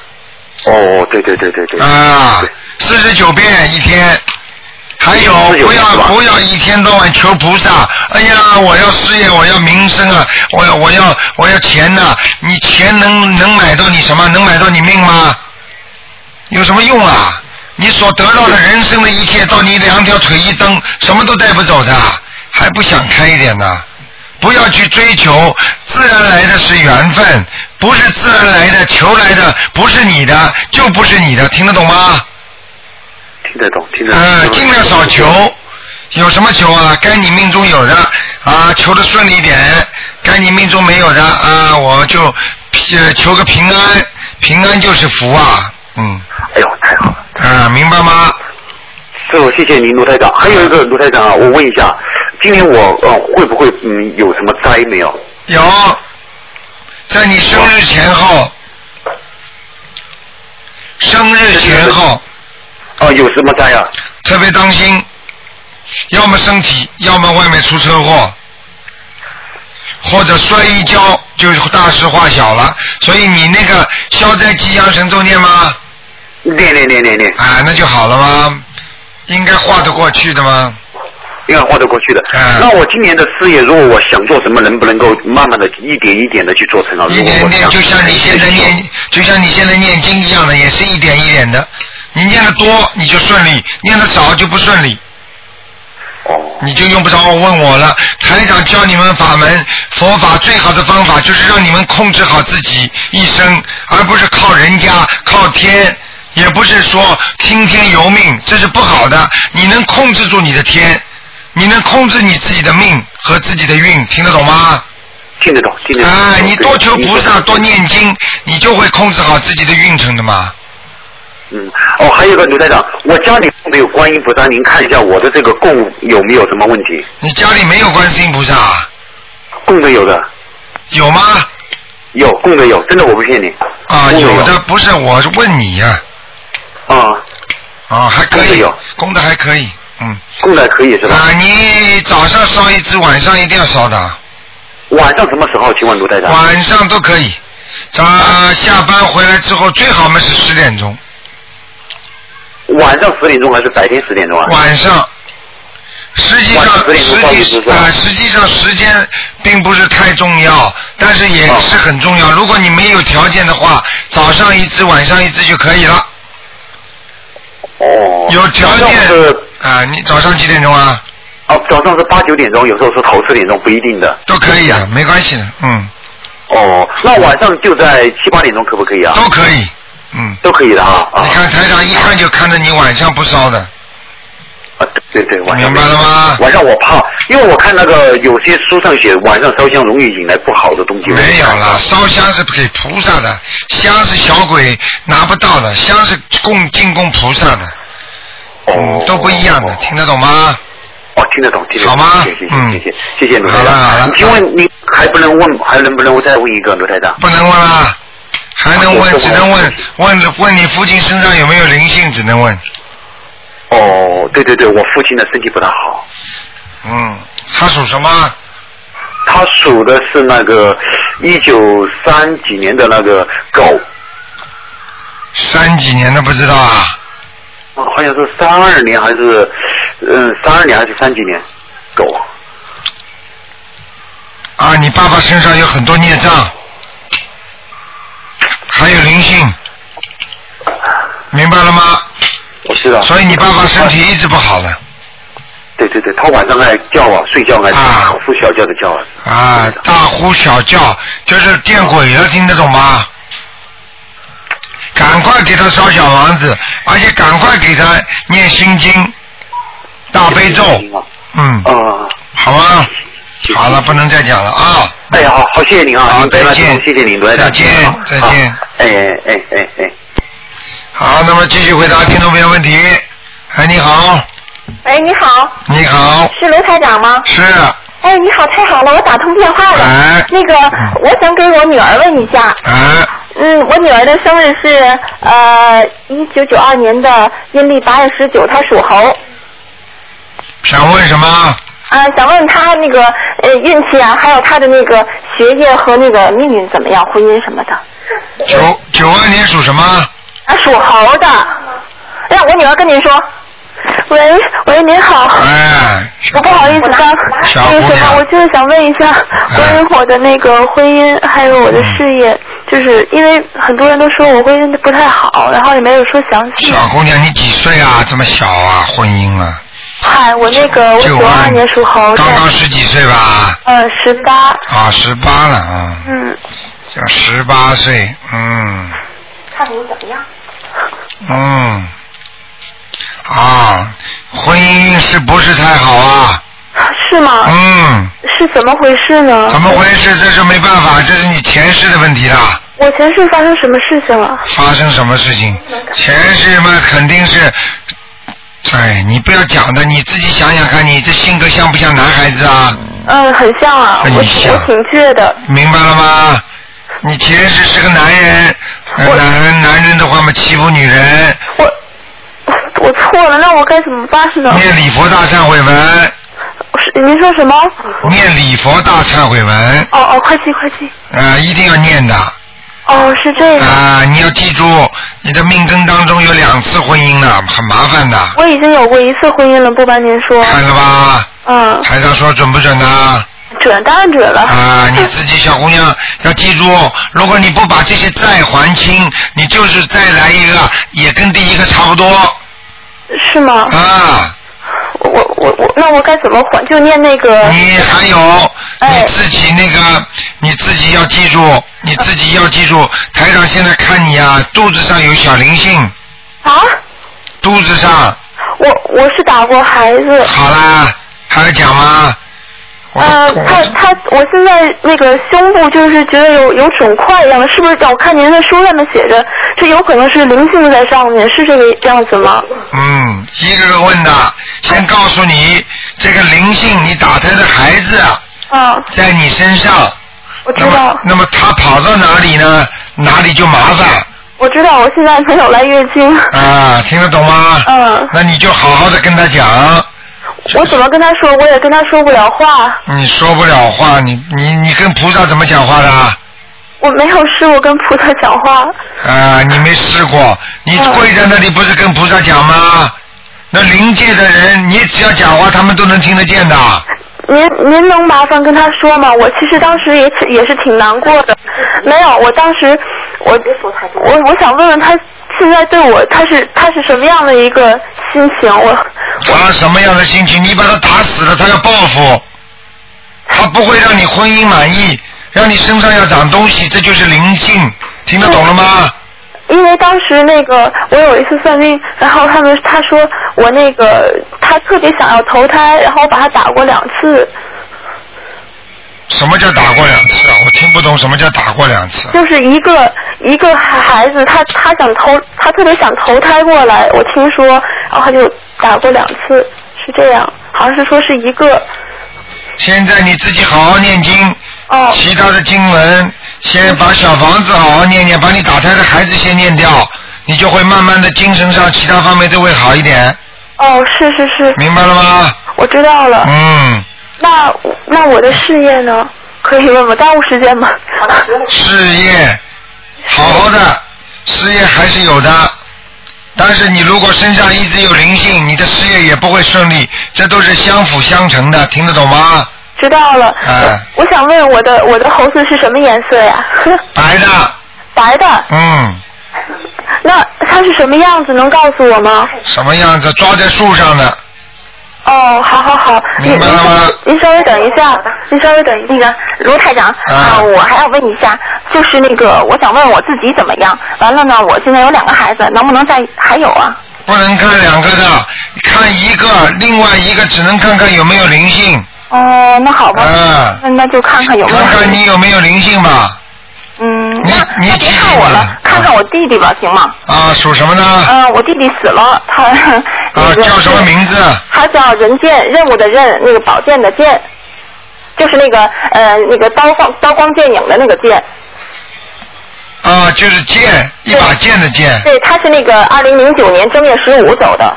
G: 哦，对对对对对，
A: 啊，四十九遍一天，还有
G: 49遍
A: 不要
G: 是吧
A: 不要一天到晚求菩萨，哎呀，我要事业，我要名声啊，我要我要我要钱呐、你钱能能买到你什么？能买到你命吗？有什么用啊？你所得到的人生的一切，到你两条腿一蹬，什么都带不走的，还不想开一点呢、不要去追求，自然来的是缘分，不是自然来的，求来的不是你的，就不是你的，听得懂吗？
G: 听得懂，听得懂。
A: 呃，尽量少求，有什么求啊？该你命中有的啊，求的顺利一点；该你命中没有的啊，我就呃求个平安，平安就是福啊，嗯，
G: 哎呦，太好了！
A: 啊，明白吗？
G: 师傅，谢谢您，卢台长。还有一个卢台长啊，我问一下，今年我呃会不会嗯有什么灾没有？
A: 有，在你生日前后，生日前后
G: 哦，有什么灾啊？
A: 特别当心，要么身体，要么外面出车祸，或者摔一跤就大事化小了。所以你那个消灾吉祥神咒念吗？
G: 念念念念念，
A: 啊，那就好了吗？应该画得过去的吗？
G: 应该画得过去的。
A: 嗯
G: 那我今年的事业，如果我想做什么，能不能够慢慢的一点一点的去做成啊？
A: 一
G: 如
A: 点
G: 果我
A: 点，
G: 想
A: 就像你现在念，就像你现在念经一样的，也是一点一点的。你念的多你就顺利，念的少就不顺利，
G: 哦，
A: 你就用不着我问我了。台长教你们法门，佛法最好的方法就是让你们控制好自己一生，而不是靠人家、靠天，也不是说听天由命，这是不好的。你能控制住你的天，你能控制你自己的命和自己的运，听得懂吗？
G: 听得懂，听得懂。
A: 哎，你多求菩萨，
G: 对
A: 多。念经，你就会控制好自己的运程的嘛。
G: 嗯，哦，还有一个卢台长，我家里没有观音菩萨，您看一下我的这个供有没有什么问题？
A: 你家里没有观世音菩萨啊，
G: 供的有的，
A: 有吗？
G: 有供的有，真的我不骗你。
A: 啊，
G: 供
A: 有的，不是我问你呀、
G: 啊，
A: 啊，还可
G: 供的
A: 以
G: 有，
A: 供的还可以，嗯。
G: 供的可以是吧？
A: 啊，你早上烧一支，晚上一定要烧的，
G: 晚上什么时候？请问卢台长？
A: 晚上都可以。早下班回来之后，最好嘛是十点钟，
G: 晚上十点钟还是白天十点钟啊？
A: 晚上。实际上
G: 晚上10，点钟烧
A: 实
G: 一
A: 际
G: 支是吧
A: 啊、实际上时间并不是太重要，但是也
G: 哦
A: 是很重要。如果你没有条件的话，早上一支，晚上一支就可以了。
G: 哦。
A: 有条
G: 早上
A: 件
G: 是
A: 啊、你早上几点钟啊？
G: 哦，早上是八九点钟，有时候是头四点钟，不一定的。
A: 都可以啊，没关系的，嗯，
G: 哦，那晚上就在七八点钟，可不可以啊？
A: 都可以，嗯。
G: 都可以的哈。啊
A: 你看台长一看就看着你晚上不烧的，
G: 啊，对对，晚上
A: 明白了吗
G: 晚上我怕，因为我看那个有些书上写，晚上烧香容易引来不好的东西。
A: 没有了，烧香是给菩萨的，香是小鬼拿不到的，香是供进供菩萨的，
G: 哦，
A: 都不一样的，听得懂吗？
G: 哦，听得懂，听得懂。
A: 好吗
G: 谢谢，
A: 嗯
G: 谢谢，谢谢卢台
A: 好
G: 长。
A: 了好了
G: 请问您还不能问，还能不能再问一个卢台长？
A: 不能问啦，还能
G: 啊
A: 问，
G: 我
A: 只能问问问你父亲身上有没有灵性，只能问。
G: 哦，对对对，我父亲的身体不大好，
A: 嗯，他属什么？
G: 他属的是那个一九三几年的那个狗，
A: 三几年的不知道啊？
G: 哦好像是三二年还是嗯三二年还是三几年狗。
A: 啊，你爸爸身上有很多孽障，还有灵性，明白了吗？
G: 我知道，
A: 所以你爸爸身体一直不好的
G: 对对对，他晚上爱叫啊，睡觉爱
A: 啊
G: 大呼小叫的叫啊。
A: 啊，大呼小叫，就是见鬼了，听得懂吗？赶快给他烧小房子，而且赶快给他念心经、大悲咒，嗯，
G: 啊，
A: 好吗？好了，不能再讲了啊。
G: 哎呀，好好，谢谢您啊，
A: 好
G: 您得了
A: 再见
G: 谢谢您，罗台长
A: 再见
G: 好
A: 再见
G: 好哎哎哎哎。
A: 好，那么继续回答听众朋友问题。哎，你好，
F: 哎
D: 喂，你好，
A: 你好，
D: 是卢台长吗？
A: 是，
D: 哎，你好，太好了，我打通电话了。
A: 哎
D: 那个
A: 嗯，
D: 我想给我女儿问一下，
A: 哎，
D: 嗯，我女儿的生日是呃一九九二年的阴历八月十九，她属猴。
A: 想问什么？
D: 啊、想问她那个呃运气啊，还有她的那个学业和那个命运怎么样，婚姻什么的。
A: 九九二年属什么？
D: 啊，属猴的。哎呀，我女儿跟您说，喂喂，您好。
A: 哎，
D: 我不好意思，刚
A: 小
D: 那
A: 姑
D: 个什
A: 娘哎
D: 么，我就是想问一下关于我的那个婚姻，还有
A: 嗯
D: 我的事业，就是因为很多人都说我婚姻不太好，然后也没有说详细。
A: 小姑娘，你几岁啊？这么小啊？婚姻啊？
D: 嗨，我那个我
A: 九
D: 九二年属猴的，
A: 刚刚十几岁吧？
D: 呃，十八，
A: 啊，十八了啊，
D: 嗯，
A: 叫十八岁，嗯
D: 看您怎么样？
A: 嗯，啊，婚姻是不是太好啊？
D: 是吗？
A: 嗯，
D: 是怎么回事呢？
A: 怎么回事？这是没办法，这是你前世的问题啦。
D: 我前世发生什么事情了？
A: 发生什么事情？前世嘛，肯定是，哎，你不要讲的，你自己想想看，你这性格像不像男孩子啊？
D: 嗯，很像啊，
A: 很
D: 我挺
A: 像
D: 我挺倔的。
A: 明白了吗？你前世是个男人，呃
D: 我
A: 男男人的话嘛，欺负女人，
D: 我我我错了，那我该怎么办呢？
A: 念礼佛大忏悔文，
D: 是您说什么？
A: 念礼佛大忏悔文，
D: 哦哦，快记快记。
A: 呃，一定要念的啊、
D: 哦，是这样。
A: 你要记住，你的命根当中有两次婚姻呢，很麻烦的，
D: 我已经有过一次婚姻了，不瞒您说，
A: 看了吧？
D: 嗯，
A: 台上说准不准呢、
D: 准当然准了。
A: 啊，你自己小姑娘要记住，如果你不把这些债还清，你就是再来一个，也跟第一个差不多
D: 是吗？
A: 啊。
D: 我我我我，那我该怎么还？就念那个
A: 你还有
D: 哎
A: 你自己那个，你自己要记住，你自己要记住。台长现在看你啊，肚子上有小灵性，
D: 啊？
A: 肚子上，
D: 我我是打过孩子，
A: 好啦，还要讲吗？我
D: 呃，他
A: 我
D: 他，我现在那个胸部就是觉得有有肿块一样的，是不是？我看您的书上面写着，这有可能是灵性在上面，是这个样子吗？
A: 嗯，一个个问的，先告诉你这个灵性，你打胎的孩子啊
D: 啊，
A: 在你身上。
D: 我知
A: 那
D: 道
A: 么，，那么他跑到哪里呢？哪里就麻烦
D: 我知道，我现在没有来月经，
A: 啊，听得懂吗？
D: 嗯
A: 那你就好好的跟他讲，
D: 我怎么跟他说？我也跟他说不了话。
A: 你说不了话，你你你跟菩萨怎么讲话的？
D: 我没有试过跟菩萨讲话，
A: 啊，你没试过，你
D: 嗯
A: 跪在那里不是跟菩萨讲吗？那灵界的人，你只要讲话，他们都能听得见的。
D: 您您能麻烦跟他说吗？我其实当时也也是挺难过的，没有，我当时我我我想问问他现在对我他是他是什么样的一个心情？我
A: 他什么样的心情？你把他打死了，他要报复，他不会让你婚姻满意，让你身上要长东西，这就是灵性，听得懂了吗？
D: 因为当时那个我有一次算命，然后他们他说我那个他特别想要投胎，然后我把他打过两次，
A: 什么叫打过两次啊？我听不懂什么叫打过两次。
D: 就是一个一个孩子，他他想投，他特别想投胎过来，我听说，然后他就打过两次，是这样。
B: 好像是说是一个
A: 现在你自己好好念经，
B: 哦
A: 其他的经文先把小房子好好念念，把你打胎的孩子先念掉，你就会慢慢的精神上其他方面都会好一点，
B: 哦，是是是，
A: 明白了吗？
B: 我知道了。
A: 嗯，
B: 那那我的事业呢？可以问吗？耽误时间 吗？
A: 事业好好的，事业还是有的，但是你如果身上一直有灵性，你的事业也不会顺利，这都是相辅相成的，听得懂吗？
B: 知道了。
A: 哎
B: 我想问我的我的猴子是什么颜色呀？
A: 白的，
B: 白的。
A: 嗯，
B: 那它是什么样子？能告诉我吗？
A: 什么样子？抓在树上的，
B: 哦，好好好，您
A: 明白了吗
B: 您您稍微等一下，您稍微等一那个卢台长
A: 啊
B: 嗯
F: 哦
B: 我还要问一下，就是那个我想问我自己怎么样？完了呢，我现在有两个孩子，能不能再还有啊？
A: 不能看两个的，看一个，另外一个只能看看有没有灵性，
B: 哦，那好吧，
A: 啊
B: 那那就看看有没有。
A: 看看你有没有灵性吧。
B: 嗯，
A: 你
B: 那
A: 你
B: 那别看我
A: 几几年
B: 了，看看我弟弟吧，行吗？
A: 啊，属什么呢？
B: 嗯、我弟弟死了，他
A: 啊
B: 啊，
A: 叫什么名字？
B: 他叫任剑，任务的任，那个宝剑的剑，就是那个呃那个刀光刀光剑影的那个剑。
A: 啊，就是剑，一把剑的剑。
B: 对，他是那个二零零九年正月十五走的。
D: 啊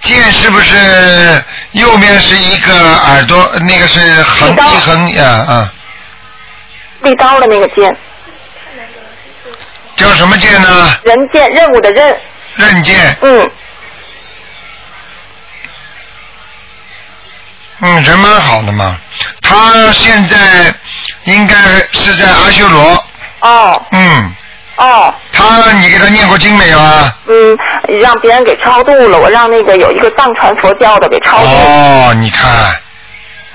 A: 剑是不是右面是一个耳朵，那个是横
B: 一刀
A: 一横啊啊，
B: 立刀的那个剑，
A: 叫什么剑呢？
B: 人剑任务的任，
A: 刃剑，
B: 嗯，
A: 嗯，人蛮好的嘛。他现在应该是在阿修罗，
B: 哦
A: 嗯，
B: 哦，
A: 他你给他念过经没有啊？
B: 嗯，让别人给超度了，我让那个有一个藏传佛教的给超度，
A: 哦，你看，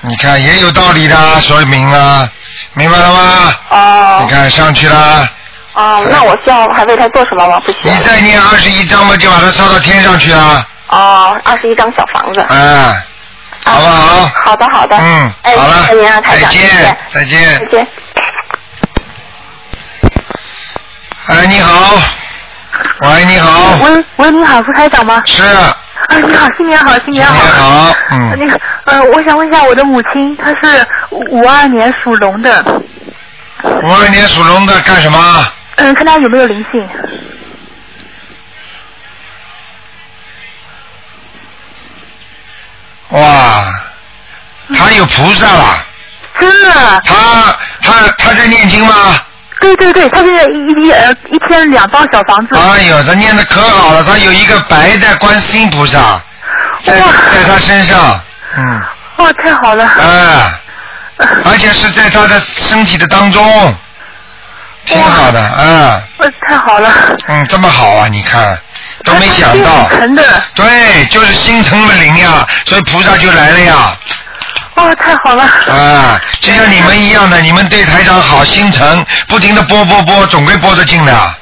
A: 你看也有道理的啊，所以明啊，明白了吗？
B: 哦
A: 你看上去啦，
B: 哦，那我需要还为他做什么吗？不需
A: 你
B: 要，
A: 再念二十一章嘛，就把它烧到天上去啊，
B: 哦，二十一张小房子，
A: 哎，好不好？
B: 好的好的，
A: 嗯，
B: 哎，
A: 好
B: 谢谢您啊，
A: 了，
B: 台
A: 再
B: 长，谢谢
A: 见，再
B: 再
A: 见。
B: 见。
A: 哎，你好，喂，你好，
D: 喂喂，你好，是台长吗？
A: 是，
D: 啊，你好，新年好，新
A: 你
D: 年好。
A: 嗯好，
D: 呃
A: 嗯，
D: 那个呃，我想问一下我的母亲，她是五二年属龙的，
A: 五二年属龙的干什么？
D: 嗯，看她有没有灵性？
A: 哇，他有菩萨了，
D: 真的，
A: 他他他在念经吗？
D: 对对对，她现在一一呃一天两套小房子，
A: 哎呦，他念的可好了，他有一个白的观世音菩萨在
D: 哇
A: 在他身上，嗯，
D: 哦，太好了，
A: 哎，而且是在他的身体的当中，挺好的，啊，
D: 呃，太好了，
A: 嗯，这么好啊，你看都没想到，
D: 成的，
A: 对，就是心诚的灵呀，所以菩萨就来了呀，
D: 哦，太好了，
A: 啊，就像你们一样的，你们对台长好，心诚，不停的播播播，总归播得进的。
D: 哦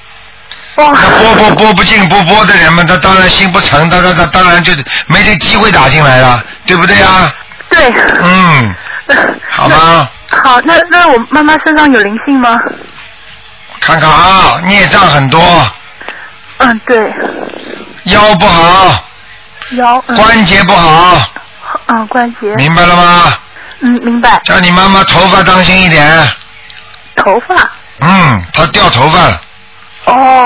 D: 哇，
A: 那播播播不进不播的人们，他当然心不诚，他他他当然就没这机会打进来了，对不对啊？
D: 对，
A: 嗯，
D: 呃
A: 好吗？
D: 好， 那那我妈妈身上有灵性吗？
A: 看看啊，孽障很多，
D: 嗯，对，
A: 腰不好，
D: 腰，嗯，
A: 关节不好，
D: 嗯，关节，
A: 明白了吗？
D: 嗯，明白，
A: 叫你妈妈头发当心一点，
D: 头发，
A: 嗯，她掉头发了，
D: 哦。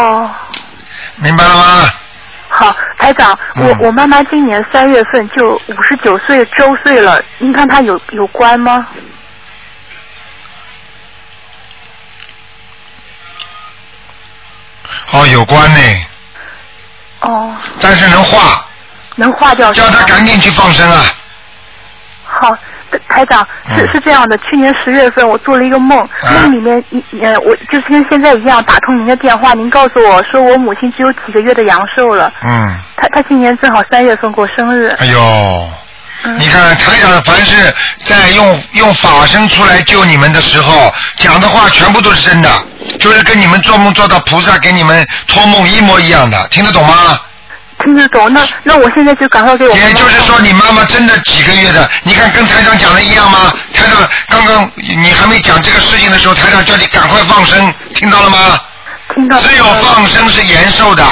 A: 明白了吗？
D: 好，台长，
A: 嗯
D: 我我妈妈今年三月份就五十九岁周岁了，您看她有有关吗？
A: 哦，有关呢，
D: 哦，
A: 但是能化，
D: 能化掉是
A: 叫
D: 吧？
A: 她赶紧去放生啊。
D: 好，台长是
A: 嗯
D: 是这样的，去年十月份我做了一个梦，梦里面一呃，我就是跟现在一样打通您的电话，您告诉我说我母亲只有几个月的阳寿了，
A: 嗯，
D: 她她今年正好三月份过生日，
A: 哎呦。
D: 嗯
A: 你看台长，凡是在用用法身出来救你们的时候，讲的话全部都是真的，就是跟你们做梦做到菩萨给你们托梦一模一样的，听得懂吗？
D: 听得懂？那那我现在就赶快给我妈妈
A: 也就是说，你妈妈真的几个月的，你看跟台长讲的一样吗？台长刚刚你还没讲这个事情的时候，台长叫你赶快放生，听到了吗？
D: 听到
A: 只有放生是延寿的，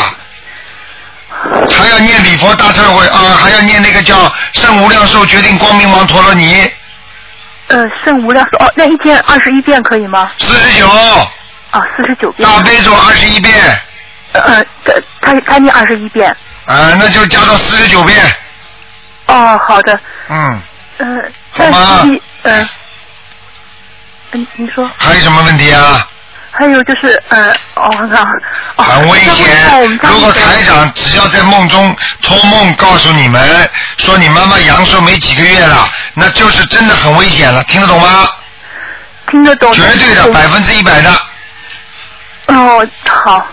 A: 还要念礼佛大忏悔啊，还要念那个叫圣无量寿决定光明王陀罗尼
D: 呃，圣无量寿哦，那一天二十一遍可以吗？
A: 四十九，
D: 啊，四十九遍。
A: 大悲咒二十一遍，
D: 呃，他他他念二十一遍。
A: 啊，那就加到四十九遍，
D: 哦，好的，
A: 嗯，
D: 嗯、呃，
A: 好吗
D: 那你呃，嗯，你说，
A: 还有什么问题啊？
D: 还有就是呃，哦，那哦，
A: 很危
D: 那我
A: 险
D: 们。再
A: 如果台长只要在梦中托梦告诉你们说你妈妈阳寿没几个月了，那就是真的很危险了，听得懂吗？
D: 听得懂，
A: 绝对的，
D: 听得懂
A: 百分之一百的。
D: 哦，好，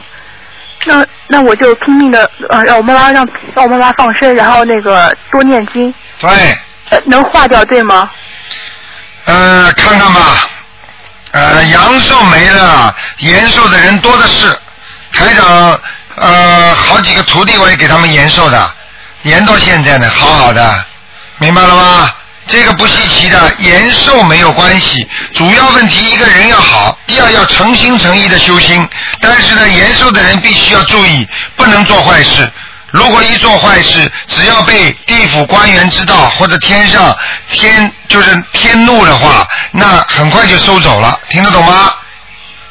D: 那那我就拼命的呃，让我妈妈让让我妈妈放生，然后那个多念经，
A: 对，
D: 呃，能化掉对吗？
A: 呃，看看吧，呃，阳寿没了，延寿的人多的是。台长，呃，好几个徒弟我也给他们延寿的，延到现在呢，好好的，明白了吗？这个不稀奇的，延寿没有关系，主要问题一个人要好，第二要诚心诚意的修心。但是呢，延寿的人必须要注意，不能做坏事。如果一做坏事，只要被地府官员知道或者天上天就是天怒的话，那很快就收走了，听得懂吗？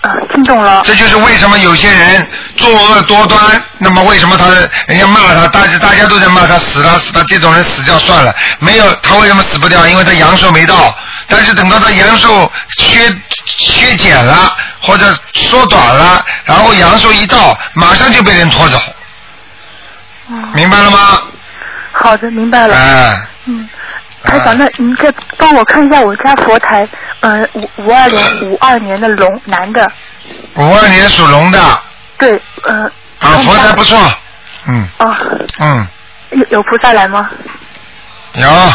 D: 啊、听懂了，
A: 这就是为什么有些人作恶多端，那么为什么他人家骂他，大家大家都在骂他死了死了，这种人死掉算了，没有他为什么死不掉？因为他阳寿没到，但是等到他阳寿缺缺减了或者缩短了，然后阳寿一到，马上就被人拖走，
D: 嗯，
A: 明白了吗？
D: 好的，明白了。
A: 哎、
D: 嗯，
A: 啊
D: 台长，那您再帮我看一下我家佛台，呃，五五二年五二年的龙男的，
A: 五二年属龙的啊，
D: 对，呃，看一
A: 佛
D: 下
A: 台不错，嗯
D: 哦，
A: 嗯，
D: 有有菩萨来吗？
A: 有。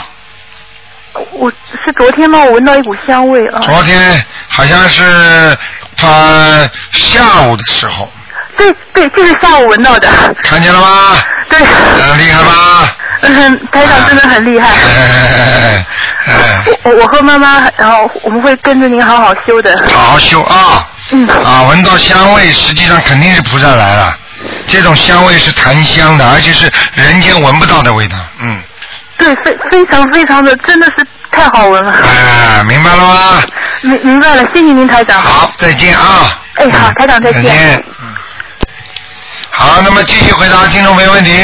D: 我是昨天吗？我闻到一股香味啊、
A: 昨天好像是他下午的时候，
D: 对对，就是下午闻到的，
A: 看见了吗？
D: 对，
A: 嗯，厉害吧？
D: 嗯，台长真的很厉害。
A: 哎哎哎
D: 我我我和妈妈，然后我们会跟着您好好修的。
A: 好好修啊！
D: 嗯，
A: 啊，闻到香味，实际上肯定是菩萨来了。这种香味是檀香的，而且是人间闻不到的味道。嗯，
D: 对，非非常非常的，真的是太好闻了。
A: 哎，明白了吗？
D: 明明白了，谢谢您，台长。
A: 嗯好，再见啊！
D: 哎好台长再见
A: 见。嗯。好，那么继续回答听众朋友问题。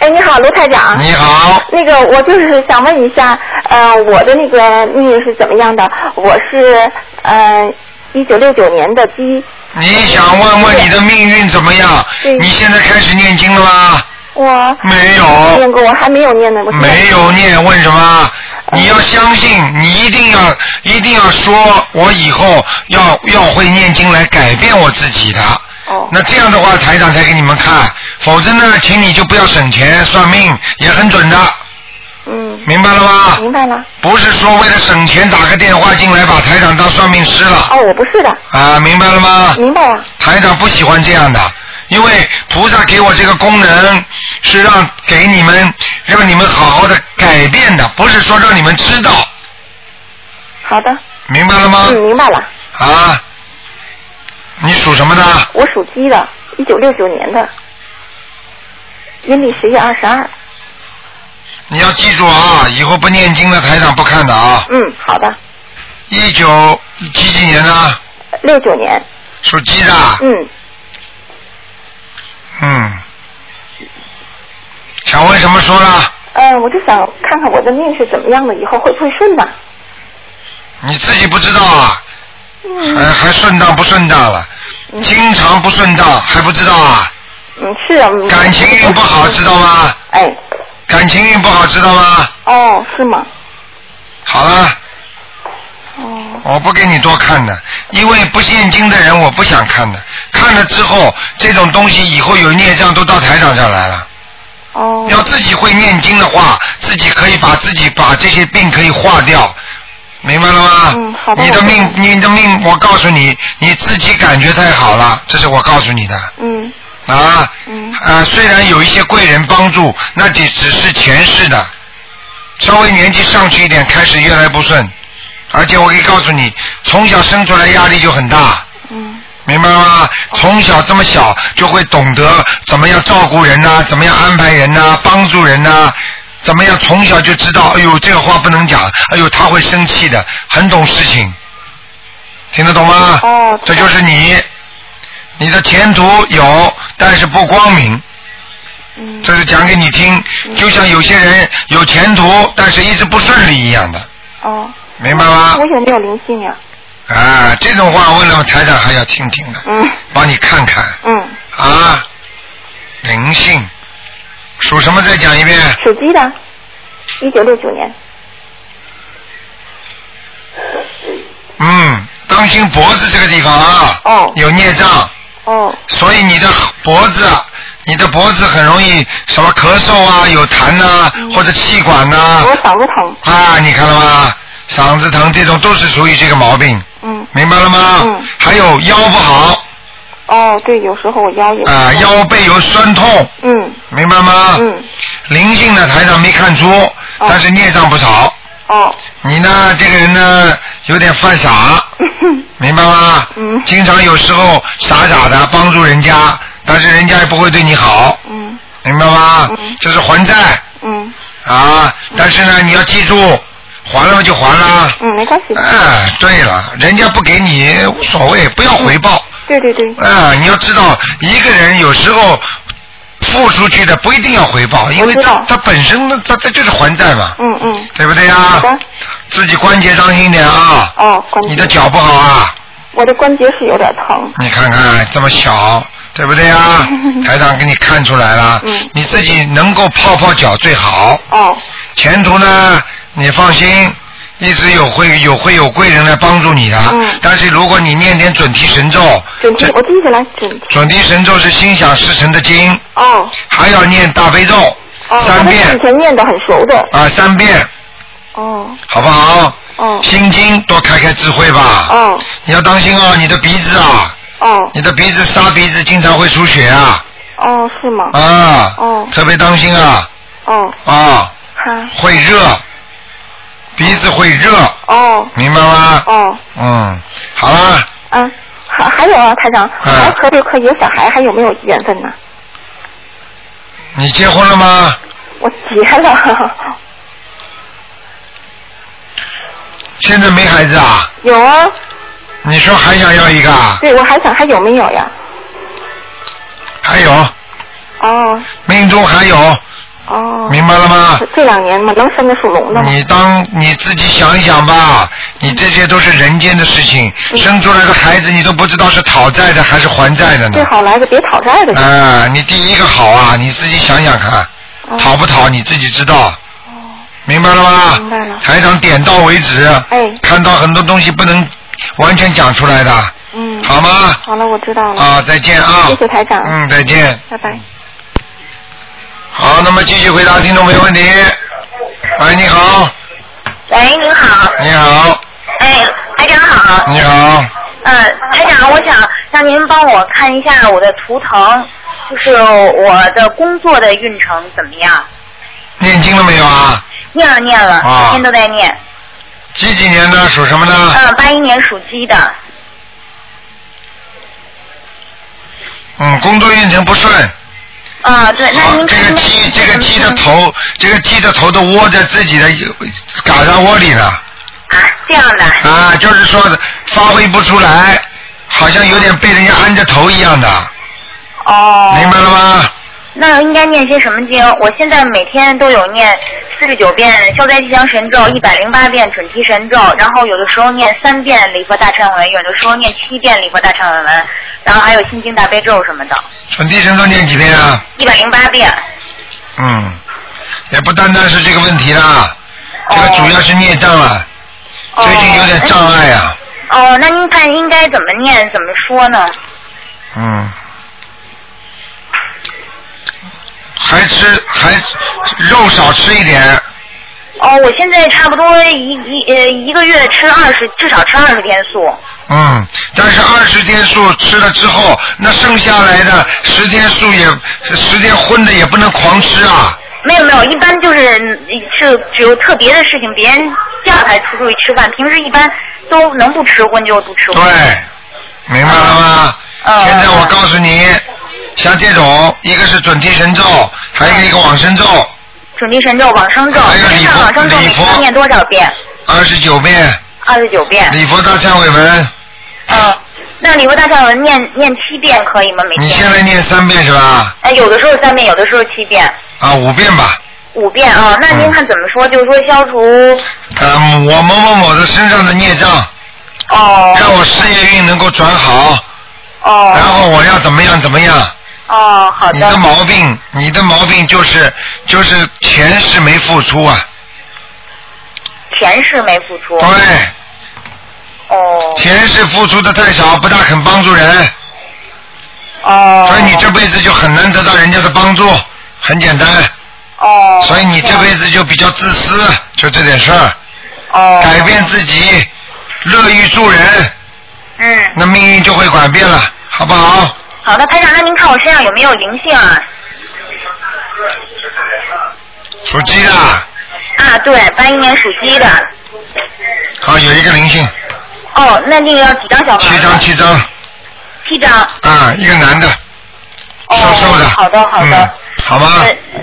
F: 哎，你好，卢台
D: 啊
F: 长。
A: 你好，
F: 那个，我就是想问一下，呃，我的那个命运是怎么样的？我是呃，一九六九年的鸡。
A: 你想问问你的命运怎么样
F: 对？
A: 你现在开始念经了吗？
F: 我
A: 没有，
F: 念过，我还没有念呢。我现
A: 哦
F: 在啊
A: 没有念，问什么？你要相信，你一定要一定要说，我以后要要会念经来改变我自己的。
F: 哦
A: 那这样的话，台长才给你们看，否则呢，请你就不要省钱算命，也很准的，
F: 嗯，
A: 明白了吗？
F: 明白了。
A: 不是说为了省钱打个电话进来把台长当算命师了
F: 哦，我嗯不是的，
A: 啊，明白了吗？
F: 明白了。
A: 台长不喜欢这样的，因为菩萨给我这个功能是让给你们，让你们好好的改变的，不是说让你们知道，
F: 好的，
A: 明白了吗？
F: 嗯，明白了。
A: 啊，你属什么的？
F: 我属鸡的，一九六九年的，阴历十月二十二。
A: 你要记住啊，以后不念经的台长不看的啊。
F: 嗯，好的，
A: 一九几几年的？
F: 六九年。
A: 属鸡的。
F: 嗯，
A: 嗯。想问什么说了？
F: 呃，我就想看看我的命是怎么样的，以后会不会顺呢？
A: 你自己不知道啊？
F: 嗯
A: 还还顺当不顺当了？经常不顺当还不知道啊？
F: 嗯，是啊。嗯
A: 感情运不好知道吗？
F: 哎，
A: 感情运不好知道吗？
F: 哦，是吗？
A: 好了，
F: 哦，
A: 我不给你多看的，因为不念经的人我不想看的，看了之后这种东西以后有孽障都到台长这儿来了。
F: 哦，
A: 要自己会念经的话，自己可以把自己把这些病可以化掉，明白了吗？
F: 嗯好的
A: 你的
F: 我知
A: 命
F: 道，
A: 你的命，我告诉你，你自己感觉太好了，这是我告诉你的。
F: 嗯，
A: 啊，
F: 嗯
A: 啊，虽然有一些贵人帮助，那只只是前世的，稍微年纪上去一点，开始越来不顺，而且我可以告诉你，从小生出来压力就很大，
F: 嗯，
A: 明白吗？
F: 哦
A: 从小这么小就会懂得怎么样照顾人呐、怎么样安排人呐、帮助人呐、怎么样从小就知道，哎呦，这个话不能讲，哎呦，他会生气的，很懂事情，听得懂吗？哦，这就是你，你的前途有，但是不光明。
F: 嗯
A: 这是讲给你听，就像有些人有前途，但是一直不顺利一样的，
F: 哦，
A: 明白吗？
F: 我有没有灵性呀？
A: 啊，这种话问了台长还要听听的，
F: 嗯
A: 帮你看看
F: 嗯，
A: 啊。灵性，属什么？再讲一遍。
F: 属鸡的，一九六九年。
A: 嗯，当心脖子这个地方啊，
F: 哦，
A: 有孽障，
F: 哦，
A: 所以你的脖子，啊，你的脖子很容易什么咳嗽啊、有痰呐、
F: 嗯
A: 或者气管呐、
F: 我嗓子疼。
A: 啊，你看了吗？嗓子疼这种都是属于这个毛病，
F: 嗯，
A: 明白了吗？
F: 嗯。
A: 还有腰不好
F: 哦，对，有时候我腰也。
A: 啊，腰啊背有酸痛，
F: 嗯，
A: 明白吗？
F: 嗯。
A: 灵性的台上没看出，但是孽障不少。
F: 哦。
A: 你呢？这个人呢，有点犯傻。 明白吗？
F: 嗯。
A: 经常有时候傻傻的帮助人家，但是人家也不会对你好，
F: 嗯
A: 明白吗？这是还债
F: 嗯
A: 啊！但是呢，你要记住，还了就还了。
F: 嗯，没关系。
A: 哎，对了，人家不给你无所谓，不要回报。
F: 对对对。
A: 啊，你要知道，一个人有时候付出去的不一定要回报，因为他他本身呢，他这就是还债嘛，
F: 嗯嗯。
A: 对不对呀
F: 好的，？
A: 自己关节当心一点啊，
F: 哦，关
A: 你的脚不好啊，
F: 我的关节是有点疼。
A: 你看看这么小，对不对 呀？台长给你看出来了，你自己能够泡泡脚最好。
F: 嗯哦。
A: 前途呢，你放心。一直有会有会有贵人来帮助你的，但是如果你念点准提神咒，
F: 嗯准提，我记下来准。
A: 准提神咒是心想事成的经，
F: 哦
A: 还要念大悲咒
F: 哦，
A: 三
F: 我
A: 遍
F: 以前念的很熟的。
A: 啊，三遍，
F: 哦
A: 好不好？
F: 哦
A: 心经多开开智慧吧。
F: 哦
A: 你要当心啊，你的鼻子啊，
F: 哦
A: 你的鼻子沙鼻子经常会出血啊
F: 哦，是吗？
A: 啊，
F: 哦
A: 特别当心啊
F: 哦，
A: 啊，
F: 哈
A: 会热，鼻子会热，
F: 哦
A: 明白吗？
F: 哦。
A: 嗯，好啦，嗯
F: 嗯，还还有啊，台长，还可不可以有小孩？还有没有缘分呢？
A: 你结婚了吗？
F: 我结了，
A: 现在没孩子啊？
F: 有啊，
A: 你说还想要一个？啊？
F: 对我还想还有没有呀？
A: 还有，
F: 哦
A: 命中还有，
F: 哦，
A: 明白了吗？
F: 这两年嘛，能生的属龙的吗？
A: 你当你自己想一想吧，
F: 嗯
A: 你这些都是人间的事情，生出来的孩子你都不知道是讨债的还是还债的
F: 最
A: 呢。
F: 好来个别讨债的就
A: 嗯啊、你第一个好啊，你自己想想看，
F: 哦
A: 讨不讨你自己知道，明白了吗？
F: 明白了。
A: 台长点到为止，
F: 哎，
A: 看到很多东西不能完全讲出来的，
F: 嗯，
A: 好吗？
F: 好了，我知道了。
A: 啊，再见啊！
F: 谢谢台长。
A: 嗯，再见。
F: 拜拜。
A: 好，那么继续回答听众朋友问题。喂，你好，
H: 喂，您好，
A: 你好，
H: 哎，台长好，
A: 你好，
H: 嗯，台长，我想让您帮我看一下我的图腾，就是我的工作的运程怎么样？
A: 念经了没有啊？
H: 念了念了，
A: 啊
H: 每天都在念。
A: 几几年的，属什么呢？
H: 嗯，八一年属鸡的，
A: 嗯，工作运程不顺。
H: 啊，对，那嗯您
A: 这个鸡，这个鸡的头，这个鸡的头都窝在自己的嘎上窝里了。
H: 这样的，
A: 啊，就是说发挥不出来，好像有点被人家按着头一样的，
H: 哦，
A: 明白了吗？
H: 那应该念些什么经？我现在每天都有念四十九遍消灾吉祥神咒，一百零八遍准提神咒，然后有的时候念三遍礼佛大忏悔文，哎有的时候念七遍礼佛大忏悔文，然后还有心经大悲咒什么的，
A: 准提神咒念几遍啊？
H: 一百零八遍。
A: 嗯，也不单单是这个问题啦，这个主要是孽障了，最近有点障碍啊。
H: 哦，那您看应该怎么念，怎么说呢？
A: 嗯，还吃还肉少吃一点，
H: 哦，我现在差不多一一呃一个月吃二十，至少吃二十天素。
A: 嗯，但是二十天素吃了之后，那剩下来的十天素也十天荤的也不能狂吃啊。
H: 没有没有，一般就是嗯是只有特别的事情，别人叫才出去吃饭，平时一般都能不吃荤就不吃荤。
A: 对，明白了吗？
H: 啊
A: 现在我告诉你，像这种，一个是准提神咒，还有一个往生咒，
H: 准提神咒、往生
A: 哎
H: 咒，身上往生咒每天念多少遍？
A: 二十九遍。
H: 二十九遍。
A: 礼佛大忏悔文，
H: 嗯，那礼佛大忏文念念七遍可以吗？每天？
A: 你现在念三遍是吧？
H: 哎，有的时候三遍，有的时候七遍，
A: 啊，五遍吧。
H: 五遍啊。那您看怎么说？就是说消除
A: 嗯，我某某某的身上的孽障。
H: 哦。
A: 让我事业运能够转好。
H: 哦。
A: 然后我要怎么样怎么样？
H: 哦，好的。
A: 你的
D: 嗯
A: 毛病，你的毛病就是就是前世没付出啊，
H: 前世没付出。
A: 对。
H: 哦。
A: 前世付出的太少，不大肯帮助人。
H: 哦。
A: 所以你这辈子就很难得到人家的帮助，很简单。
H: 哦。
A: 所以你这辈子就比较自私，就这点事儿。
H: 哦。
A: 改变自己，乐于助人。
H: 嗯。
A: 那命运就会改变了，好不好？
H: 好的，台长，那您看我身上有没有灵性啊？
A: 属鸡的，
H: 啊，对，八一年属鸡的。
A: 好有一个灵性，
H: 哦，那那个要几张小房子？
A: 七张七张，
H: 七张。
A: 啊，一个男的，
H: 瘦瘦的。哦好的，好的。
A: 嗯好吗？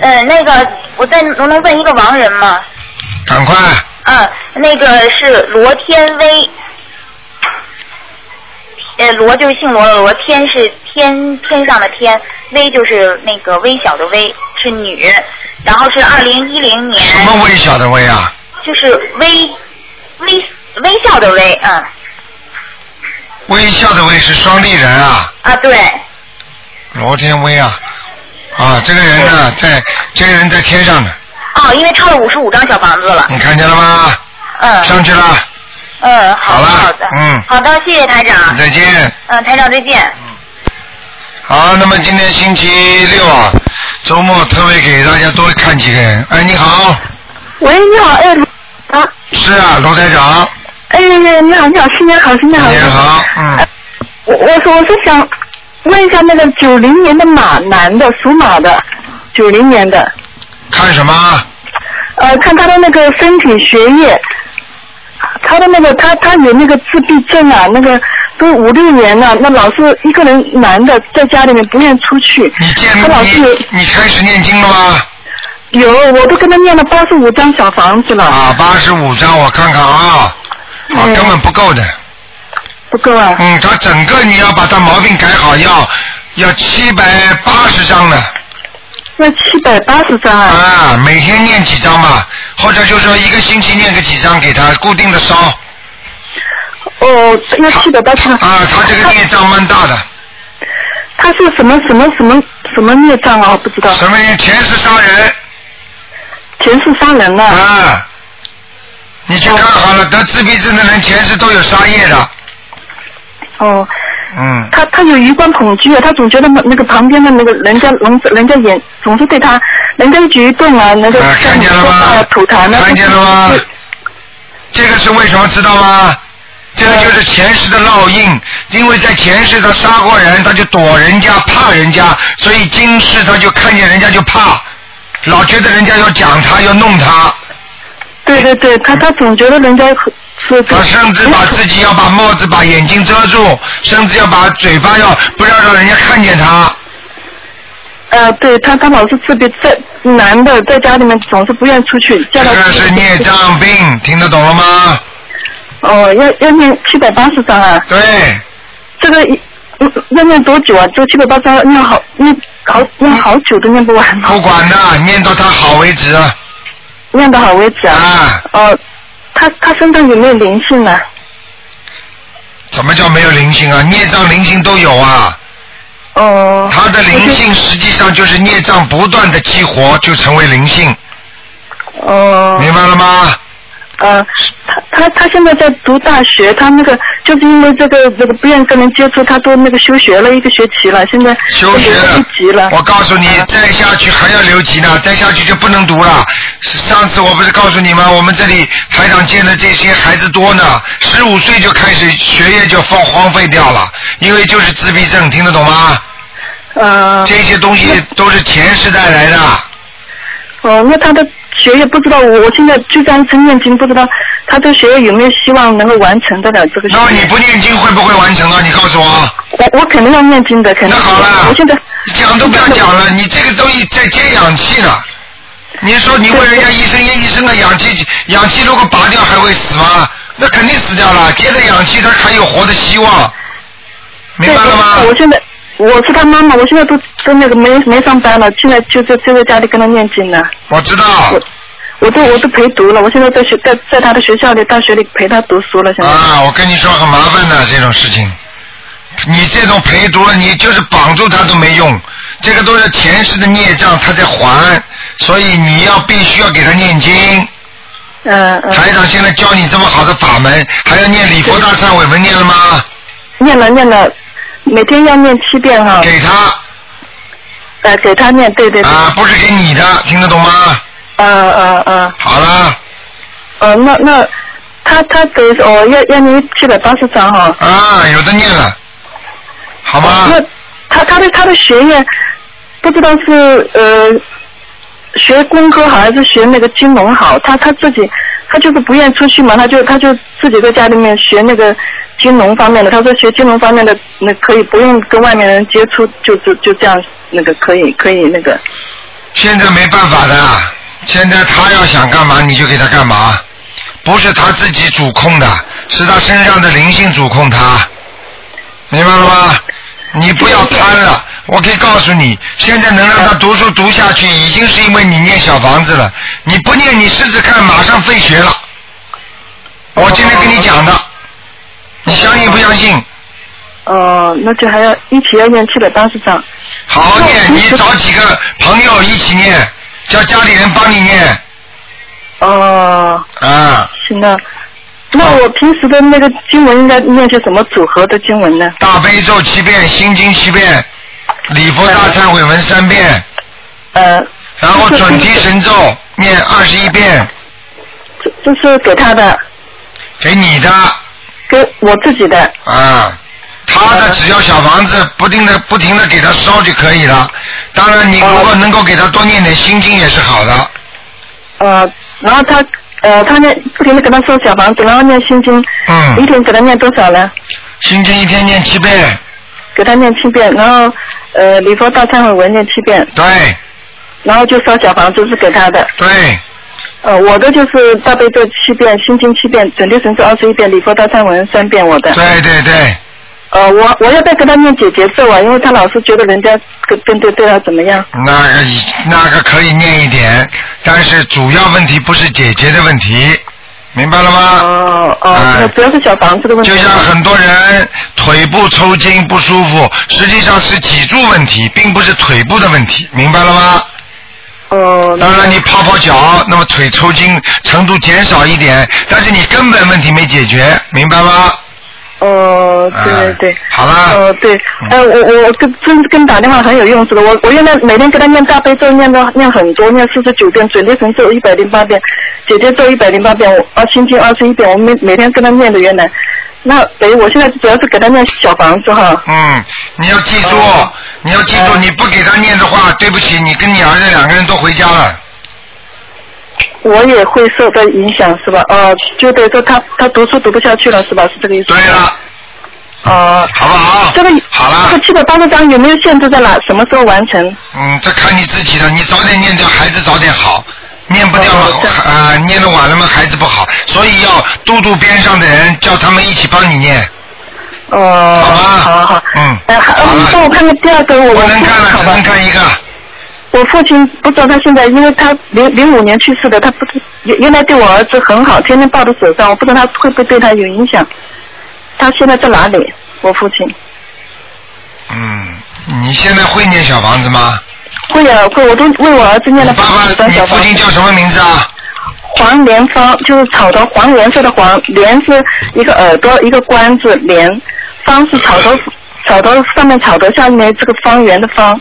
H: 呃呃，那个，我再能能问一个亡人吗？
A: 赶快，
H: 嗯，那个是罗天威，呃，罗就是姓罗的罗，天是天天上的天，微就是那个微小的微，是女，然后是二零一零年，
A: 什么微小的微啊？
H: 就是微微微笑的微，嗯
A: 微笑的微是双立人啊，
H: 啊对，
A: 罗天威啊，啊，这个人
H: 嗯
A: 呢，在这个人在天上呢，
H: 哦，因为超了五十五张小房子了，
A: 你看见了吗？
H: 嗯，
A: 上去了，
H: 嗯，好
A: 好
H: 的
A: 了
H: 好的，
A: 嗯
H: 好的，谢谢台长，
A: 再见。
H: 嗯，台长再见。
A: 好，那么今天星期六啊，周末特别给大家多看几个人。哎，你好，
D: 喂，你好，哎，啊，
A: 是啊，卢台长，
D: 哎呀呀，你好，你好，新年好，新年好。新呃年
A: 好，嗯。
D: 我我是我是想问一下那个九零年的马男的，属马的，九零年的，
A: 看什么？
D: 呃，看他的那个身体学业，他的那个他他有那个自闭症啊，那个都五六年了，那老是一个人男的在家里面不愿出去，他老是有
A: 你开始念经了吗？
D: 有，我都跟他念了八十五张小房子了。
A: 啊，八十五张，我看看啊，啊，
D: 嗯
A: 根本不够的。
D: 不够啊。
A: 嗯，他整个你要把他毛病改好，要要七百八十张呢。
D: 那七百八十张啊。
A: 啊，每天念几张吧，或者就说一个星期念个几张给他，固定的烧。
D: 哦，那七百八十
A: 啊，他这个孽障蛮大的。
D: 他是什么什么什么什么孽障啊？我不知道。
A: 什么孽？前世杀人。
D: 前世杀人呐、
A: 啊。你去看好了，得自闭症的人前世都有杀业的。
D: 哦，
A: 嗯，
D: 他他有余光恐惧啊，他总觉得那那个旁边的那个人家人人家眼总是对他，人家一举一动啊，那 个看见了吗？吐痰啊，
A: 看见了吗？ 这个是为什么知道吗？这个就是前世的烙印，因为在前世他杀过人，他就躲人家、怕人家，所以今世他就看见人家就怕，老觉得人家要讲他、要弄他，
D: 对对对，他他总觉得人家是
A: 他甚至把自己要把帽子、把眼睛遮住，甚至要把嘴巴要不要让人家看见他。
D: 呃，对他他老是自闭，在男的在家里面总是不愿出去，
A: 这
D: 叫他
A: 个是孽障病，听得懂了吗？
D: 哦，要要念七百八十张啊。
A: 对。
D: 这个一嗯要念多久啊？这七百八十张念好念好念好久都念不完。
A: 不管的，念到他好为止。
D: 念到好为止
A: 啊。
D: 哦，他他身上有没有灵性啊呢、
A: 怎么叫没有灵性啊？孽障灵性都有啊。
D: 哦。
A: 他的灵性实际上就是孽障不断的激活，就成为灵性。
D: 哦。
A: 明白了吗？
D: 呃，他他他现在在读大学，他那个就是因为这个这个不愿跟人接触，他都那个休学了一个学期了，现在
A: 休学了，我告诉你，再下去还要留级呢，再下去就不能读了。上次我不是告诉你吗？我们这里台长见的这些孩子多呢，十五岁就开始学业就放荒废掉了，因为就是自闭症，听得懂吗？
D: 嗯。
A: 这些东西都是前世带来的。
D: 哦，那他的学业不知道，我我现在就这样一直念经，不知道他这个学业有没有希望能够完成得了这个学业。
A: 那你不念经会不会完成啊？你告诉我。
D: 我我肯定要念经的，肯定。那好嗯了，我现在
A: 讲都不要讲了，你这个东西在接氧气了。你说你问人家医生，医生的氧气氧气如果拔掉还会死吗？那肯定死掉了，接着氧气它还有活的希望，明白了吗？
D: 我现在我是他妈妈，我现在都都那个没没上班了，现在就在就在家里跟他念经呢。
A: 我知道。
D: 我我都我都陪读了，我现在在学在在他的学校里大学里陪他读书了，现在。
A: 啊，我跟你说很麻烦的这种事情，你这种陪读了，你就是绑住他都没用，这个都是前世的孽障，他在还，所以你要必须要给他念经。
D: 嗯嗯。
A: 台长现在教你这么好的法门，还要念礼佛大忏悔文，念了吗？
D: 念了念了，每天要念七遍哈。
A: 给他。
D: 呃，给他念，对对对。
A: 啊，不是给你的，听得懂吗？
D: 嗯嗯嗯。
A: 好了。
D: 呃，那那他他给我要要你七百八十张哈。
A: 啊，有的念了，好吗？
D: 那他他的他的学业不知道是呃学工科好还是学那个金融好？他他自己他就是不愿出去嘛，他就他就自己在家里面学那个金融方面的。他说学金融方面的那可以不用跟外面人接触，就就就这样那个可以可以那个。
A: 现在没办法的，啊现在他要想干嘛你就给他干嘛，不是他自己主控的，是他身上的灵性主控他，明白了吗？你不要贪了，我可以告诉你，现在能让他读书读下去，已经是因为你念小房子了，你不念你试试看，马上废学了。我今天跟你讲的，你相信不相信？
D: 哦、那就还要一起要念七百八十张。
A: 好好念，你找几个朋友一起念，叫家里人帮你念。
D: 哦。
A: 啊。
D: 行了，那我平时的那个经文应该念些什么组合的经文呢？
A: 大悲咒七遍，心经七遍，礼佛大忏悔文三遍。
D: 呃。
A: 然后准提神咒念二十一遍，
D: 这这是给他的，
A: 给你的
D: 给我自己的。
A: 啊。他的只要小房子不停的不停的给他烧就可以了。当然，你如果能够给他多念点心经也是好的。
D: 呃，然后他呃，他念不停的给他收小房子，然后念心经，
A: 嗯，
D: 一天给他念多少呢？
A: 心经一天念七遍，
D: 给他念七遍，然后呃，礼佛大忏悔文念七遍，
A: 对
D: 然后就烧小房子是给他的。
A: 对，
D: 呃，我的就是大悲咒七遍，心经七遍，准提神咒二十一遍，礼佛大忏悔文三遍，我的。
A: 对对对，
D: 呃，我我要再跟他念姐姐咒啊，因为他老是觉得人家跟跟对对他怎么样。
A: 那个以那个可以念一点，但是主要问题不是解决的问题，明白了吗？
D: 哦哦，
A: 啊哎
D: 主要是小房子的问题。
A: 就像很多人腿部抽筋不舒服，实际上是脊柱问题，并不是腿部的问题，明白了吗？
D: 哦。
A: 当然，你泡泡脚，那么腿抽筋程度减少一点，但是你根本问题没解决，明白吗？啊
D: 哦，对
A: 哎
D: 对对。
A: 好啦。
D: 哦，对，呃，我我我跟真跟打电话很有用是的，我我原来每天跟他念大悲咒念的念很多，念四十九遍，准提神咒一百零八遍，姐姐咒一百零八遍，我啊心经二十一遍，我每每天跟他念的原来。那等于我现在主要是给他念小房子哈。
A: 嗯，你要记住，
D: 哦
A: 你要记住，你不给他念的话，对不起，你跟你儿子两个人都回家了。
D: 我也会受到影响是吧？哦、就等于说他他读书读不下去了是吧？是这个意思？对啊
A: 了。
D: 哦、
A: 好不好？
D: 这个
A: 好了。
D: 这个七百八十张有没有限制在哪？什么时候完成？
A: 嗯，这看你自己的，你早点念掉，孩子早点好。念不掉
D: 哦
A: 嘛，啊、念的晚了嘛，孩子不好，所以要督督边上的人，叫他们一起帮你念。
D: 哦、好好好。
A: 嗯。
D: 哎、好，你帮我看看第二个我我父亲好吧？
A: 看一个。
D: 我父亲不知道他现在，因为他零零五年去世的，他不知原原来对我儿子很好，天天抱在手上，我不知道他会不会对他有影响。他现在在哪里？我父亲
A: 嗯，你现在会念小房子吗？
D: 会啊会，我都为我儿子念了八十张小房
A: 你叫什么名字啊？
D: 黄连芳就是草头黄颜色的黄，莲是一个耳朵一个关字莲，芳是草头草头上面草头下面这个方圆的方，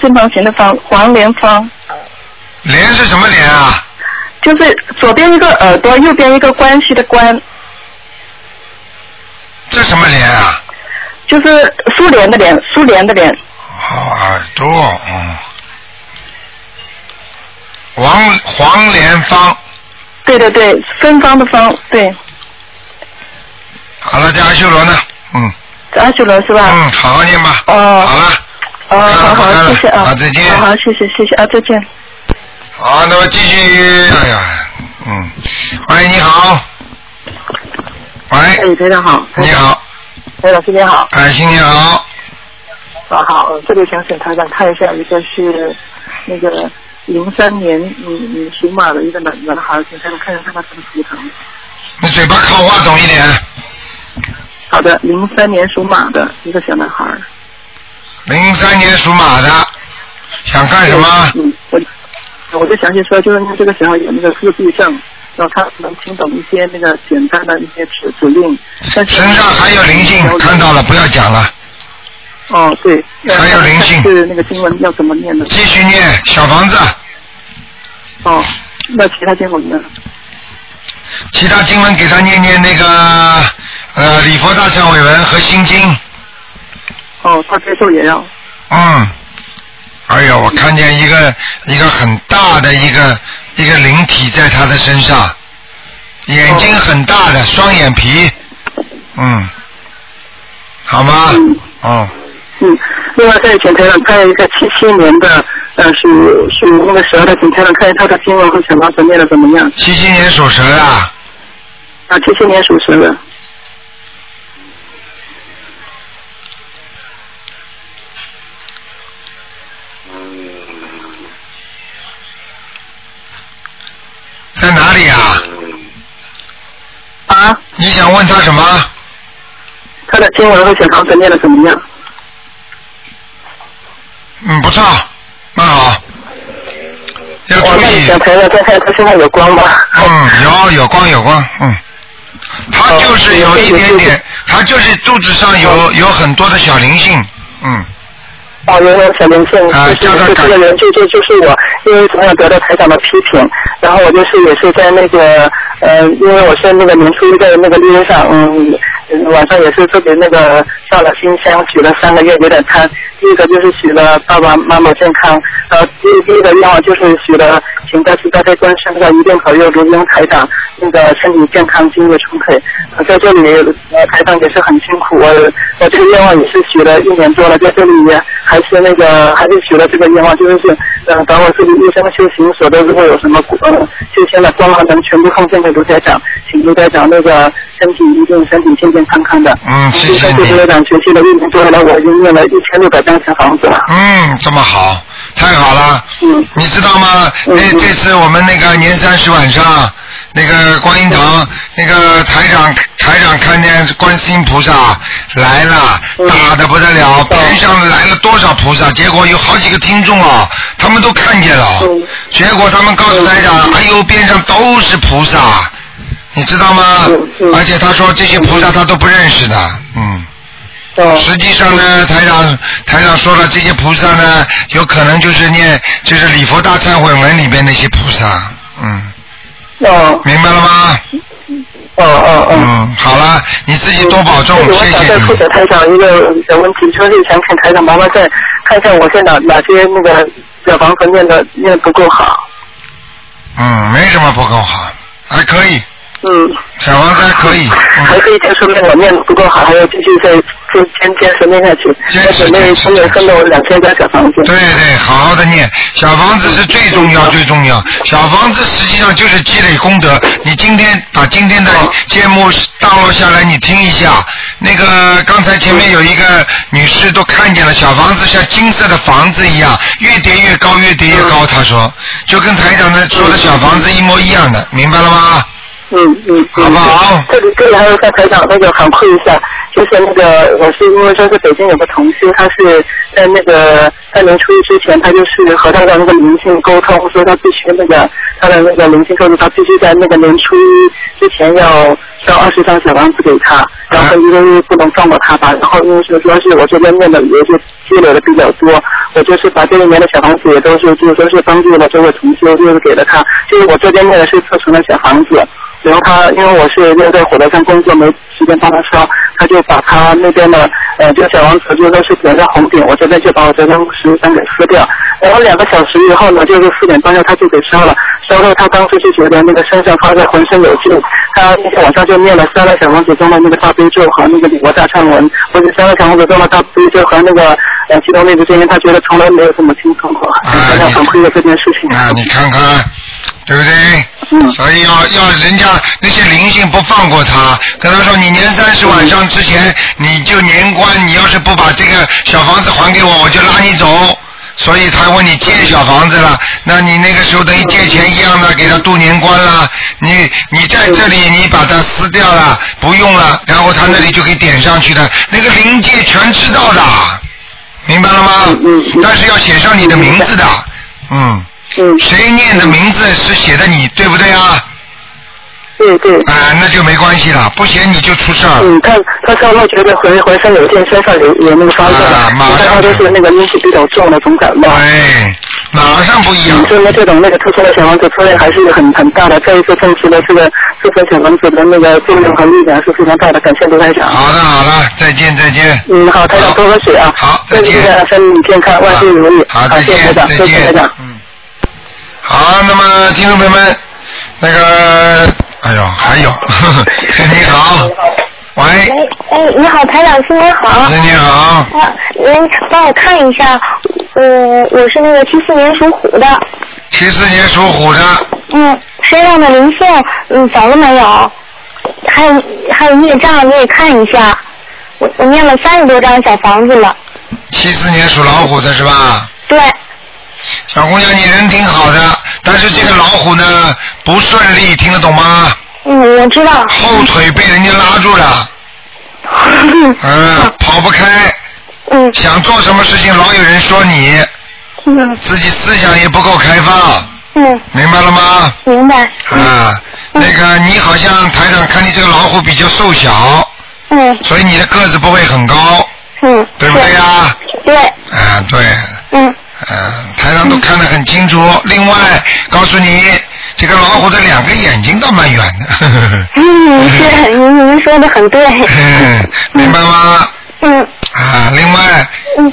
D: 正方形的方黄连芳，
A: 莲是什么莲啊？
D: 就是左边一个耳朵，右边一个关系的关，
A: 这什么莲啊？
D: 就是苏联的联，苏联的联。
A: 哦，耳朵，嗯。黄黄莲芳，
D: 对对对，芬芳的芳，对。
A: 好了，在阿修罗呢，嗯。
I: 二十轮是吧？
A: 嗯，好好念吧。
I: 哦。
A: 好了。
I: 哦，好
A: 不看
I: 好，
A: 了
I: 谢谢啊。
A: 嗯好再见
I: 好好，谢谢谢谢啊，再见。
A: 好，那么继续，哎呀，嗯，喂，你好，喂，
I: 嗯
A: 哎，
D: 台长好，
A: 你好，
D: 哎，老师您好，
A: 哎，新年好，
D: 啊好，这里想请台长看一下，一个是那个零三年女女属马的一个男男孩，请台长看一下他什么图腾。
A: 你嘴巴靠话筒一点，
D: 好的，零三年属马的一个小男孩，
A: 零三年属马的，想干什么？
D: 嗯，我我就详细说，就是这个小孩有那个自闭症，然后他能听懂一些那个简单的一些指指令，但是身上
A: 还有灵性，看到了，不要讲了，
D: 哦，对，
A: 还有灵性
D: 是那个经文要怎么念呢？
A: 继续念小房子，
D: 哦，那其他经文呢？
A: 其他经文给他念念那个呃礼佛大忏悔文和心经，
D: 哦，他接受也要。
A: 嗯，哎呀，我看见一个一个很大的一个一个灵体在他的身上，眼睛很大的双眼皮，嗯，好吗？哦，
D: 嗯，另外在前台上看一个七七年的，呃，属属那个蛇的，请台上看一下他的经文和小房子念的怎么样？
A: 七七年属蛇的，
D: 啊，七七年属蛇的，
A: 在哪里啊？
D: 啊？
A: 你想问他什么？
D: 他的经文和小房子念的怎么样？
A: 嗯，不错，蛮好。要注意。
D: 小台上再看他身上有光吗？
A: 嗯，有有光有光，嗯。他就是有一点点，他就是肚子上有有很多的小灵性，嗯。
D: 哦，原来小灵性，
A: 啊
D: 就是就是这个人，就就就是我，因为从小得到台长的批评，然后我就是也是在那个，呃，因为我是那个年初一在那个六月上，嗯，晚上也是特别那个上了新香，许了三个月有点贪，第一个就是许了爸爸妈妈健康，呃，第第一个愿望就是许了请大慈大悲观世音菩萨一定保佑卢英台长那个身体健康，经济充沛。呃在这里，呃，台长也是很辛苦，我我这个愿望也是许了一年多了，在这里也还是那个还是许了这个愿望，就是是呃，把我自己一生修行所得，如果有什么呃修行的光和能全部奉献给卢台长，请卢台长那个身体一定身体健健康康的。
A: 嗯，谢谢
D: 卢台
A: 你。
D: 长学习了一年多了，我已经念了一千六百张小房子了。
A: 嗯，这么好，太好了。
D: 嗯。
A: 你知道吗？那这次我们那个年三十晚上，那个观音堂，那个台长台长看见观世音菩萨来了，大的不得了，边上来了多少菩萨？结果有好几个听众啊，他们都看见了，结果他们告诉台长，哎呦，边上都是菩萨。你知道吗？而且他说这些菩萨他都不认识的，嗯。
D: 哦
A: 实际上呢，台长台长说了，这些菩萨呢，有可能就是念就是礼佛大忏悔文里边那些菩萨，嗯。
D: 哦。
A: 明白了吗？
D: 哦哦哦。
A: 嗯，好了，你自己多保重
D: 这，个嗯我
A: 谢
D: 想
A: 谢
D: 再
A: 你
D: 复。审台长一个小问题，就是想请台长麻烦再看一下我在哪哪些那个小房子念的念得不够好。
A: 嗯，没什么不够好，还可以，
D: 嗯，
A: 小王子还可以。嗯
D: 还可以接受念我念的不够好，还要继续再坚坚坚持念下去，再准备分别奋斗两千家小房子。
A: 对对，好好的念。小房子是最重要最重要，小房子实际上就是积累功德。你今天把今天的节目倒落下来，你听一下。那个刚才前面有一个女士都看见了，小房子像金色的房子一样，越叠越高，越叠越高。她说，就跟台长的说的小房子一模一样的，明白了吗？
D: 嗯嗯，好不好？这里这里还有在台长那个反馈一下，就是那个我是因为说是北京有个同事，他是在那个呃在年初一之前，他就是和他的那个灵性沟通，说他必须那个他的那个灵性沟通，他必须在那个年初一之前要烧二十张小房子给他，然后因为不能放过他吧，然后因为是说是我这边念的也是积累的比较多，我就是把这一年的小房子也都是就是说是帮助了这位同修，就是给了他，就是我这边念的是特殊的小房子。然后他因为我是在在火车上工作没时
J: 七天帮他烧，他就把他那边的呃这个小王子就说是点上红点，我这边就把我这张十日三给撕掉，然后两个小时以后呢，就是四点半钟他就给烧了，烧到他当时就觉得那个身上发热，浑身有劲，他那天晚上就念了三个小王子中的那个大悲咒和那个礼佛大忏文，或者三个小王子中的大悲咒和那个呃其他那个真言，他觉得从来没有这么轻松过，他想反馈了这件事情。
A: 啊，你看看，对不对？所以要要人家那些灵性不放过他，跟他说你年三十晚上之前你就年关，你要是不把这个小房子还给我，我就拉你走。所以他问你借小房子了，那你那个时候等于借钱一样的给他渡年关了。你你在这里你把它撕掉了，不用了，然后他那里就可以点上去了。那个灵界全知道的，明白了吗？但是要写上你的名字的，嗯。谁念的名字是写的你，对不对啊？
J: 对对。
A: 啊、那就没关系了，不写你就出事儿。
J: 嗯，他他烧到觉得浑浑身有劲，身上有有那个发热了，但他都是那个阴气比较重的总感冒。
A: 哎，马上不一样。
J: 所以呢，这种那个特殊的小王子出来还是很很大的，再一次证实了这个这份小王子的那个作用和力量是非常大的，感谢刘台长。
A: 好的好了，再见再见。
J: 嗯，好，台长多喝水啊。
A: 好，
J: 再见。身体健康，万事如意。
A: 啊好，
J: 好，
A: 再
J: 谢谢台
A: 见
J: 长，
A: 再
J: 谢谢台
A: 见
J: 长。。
A: 嗯。好，那么听众朋友们，那个，哎呦，还 有，呵呵你好，喂，
F: 哎，你好，台长，新年好。
A: 你好。
F: 啊，您帮我看一下，嗯，我是那个七四年属虎的，
A: 七四年属虎的，
F: 嗯，身上的灵性，嗯，走了没有？还有还有孽障，你也看一下。我我念了三十多张小房子了，
A: 七四年属老虎的是吧？
F: 对。
A: 小姑娘，你人挺好的，但是这个老虎呢不顺利，听得懂吗？
F: 嗯，我知道。
A: 后腿被人家拉住了。嗯，跑不开。
F: 嗯。
A: 想做什么事情，老有人说你。
F: 嗯。
A: 自己思想也不够开放。
F: 嗯。
A: 明白了吗？
F: 明白。
A: 啊，那个你好像台长看你这个老虎比较瘦小，
F: 嗯
A: 所以你的个子不会很高，
F: 嗯，
A: 对不对呀、
F: 对，
A: 啊，对，
F: 嗯，
A: 啊，台上都看得很 清楚。另外，告诉你，这个老虎的两个眼睛倒蛮圆的，呵呵呵
F: 嗯，是您您说的很对，
A: 嗯 明白吗？
F: 嗯，
A: 啊，另外，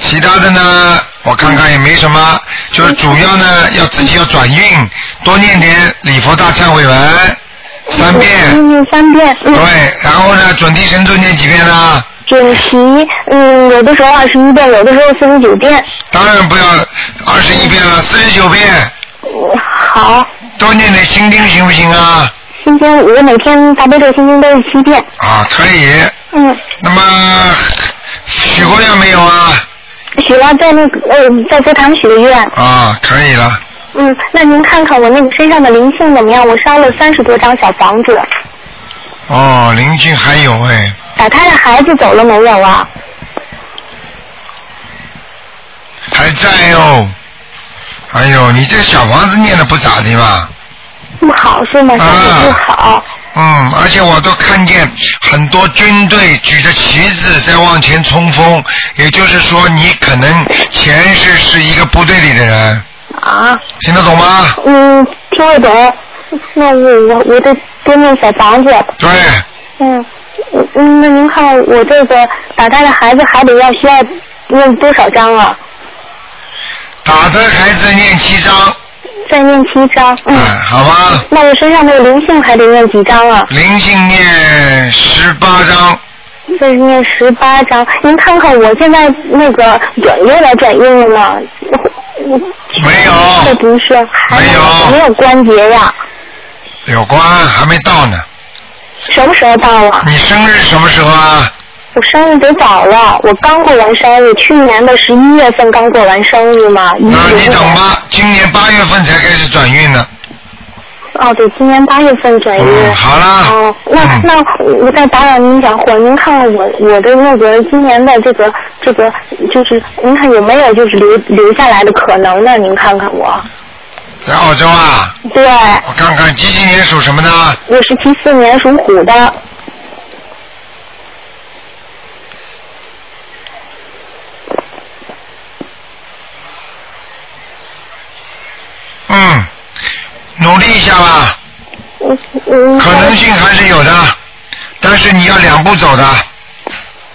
A: 其他的呢，我看看也没什么，就是主要呢要自己要转运，多念点礼佛大忏悔文三遍，
F: 嗯，三遍，嗯，
A: 对，然后呢准提神咒念几遍呢？
F: 准提，嗯，有的时候二十一遍，有的时候四十九遍，
A: 当然不要二十一遍了，四十九遍。
F: 嗯好。
A: 多念点心经行不行啊？
F: 心经我每天大悲咒心经都是七遍，
A: 啊，可以。
F: 嗯，
A: 那么许过愿没有啊？
F: 许了在那个呃在佛堂许的愿，
A: 啊，可以了。
F: 嗯，那您看看我那个身上的灵性怎么样？我烧了三十多张小房子，
A: 哦，邻居还有哎，
F: 打胎的孩子走了没有啊？
A: 还在哦。哎呦，你这小房子念的不咋地吧？
F: 不好是吗？
A: 啊，
F: 不好。
A: 嗯，而且我都看见很多军队举着旗子在往前冲锋，也就是说，你可能前世是一个部队里的人，
F: 啊，
A: 听得懂吗？
F: 嗯，听得懂。那我我我得多念小房子。
A: 对。
F: 嗯，我嗯，那您看我这个打胎的孩子还得要需要念多少章啊？
A: 打的孩子念七章，哎
F: 再念七章。嗯。
A: 好吧？
F: 那我身上那个灵性还得念几章啊？
A: 灵性念十八章，
F: 就是念十八章。您看看我现在那个转运来转运了吗？
A: 没有。
F: 这不是，还没哦有，没有关节呀，
A: 有关还没到呢。
F: 什么时候到啊？
A: 你生日什么时候啊？
F: 我生日得早了，我刚过完生日，去年的十一月份刚过完生日嘛。一
A: 那你
F: 零
A: 懂吗？今年八月份才开始转运呢。嗯
F: 哦，对，今年八月份转运。
A: 好啦。
F: 哎
A: 嗯
F: 哦，那那我再打扰您一下，会儿，您看看我我的那个今年的这个这个，就是您看有没有就是留留下来的可能呢？您看看我，
A: 在澳洲啊？
F: 对。
A: 我看看几几年属什么的？
F: 我是七四年属虎的，
A: 嗯，努力一下吧，
F: 嗯嗯，
A: 可能性还是有的，但但是你要两步走的，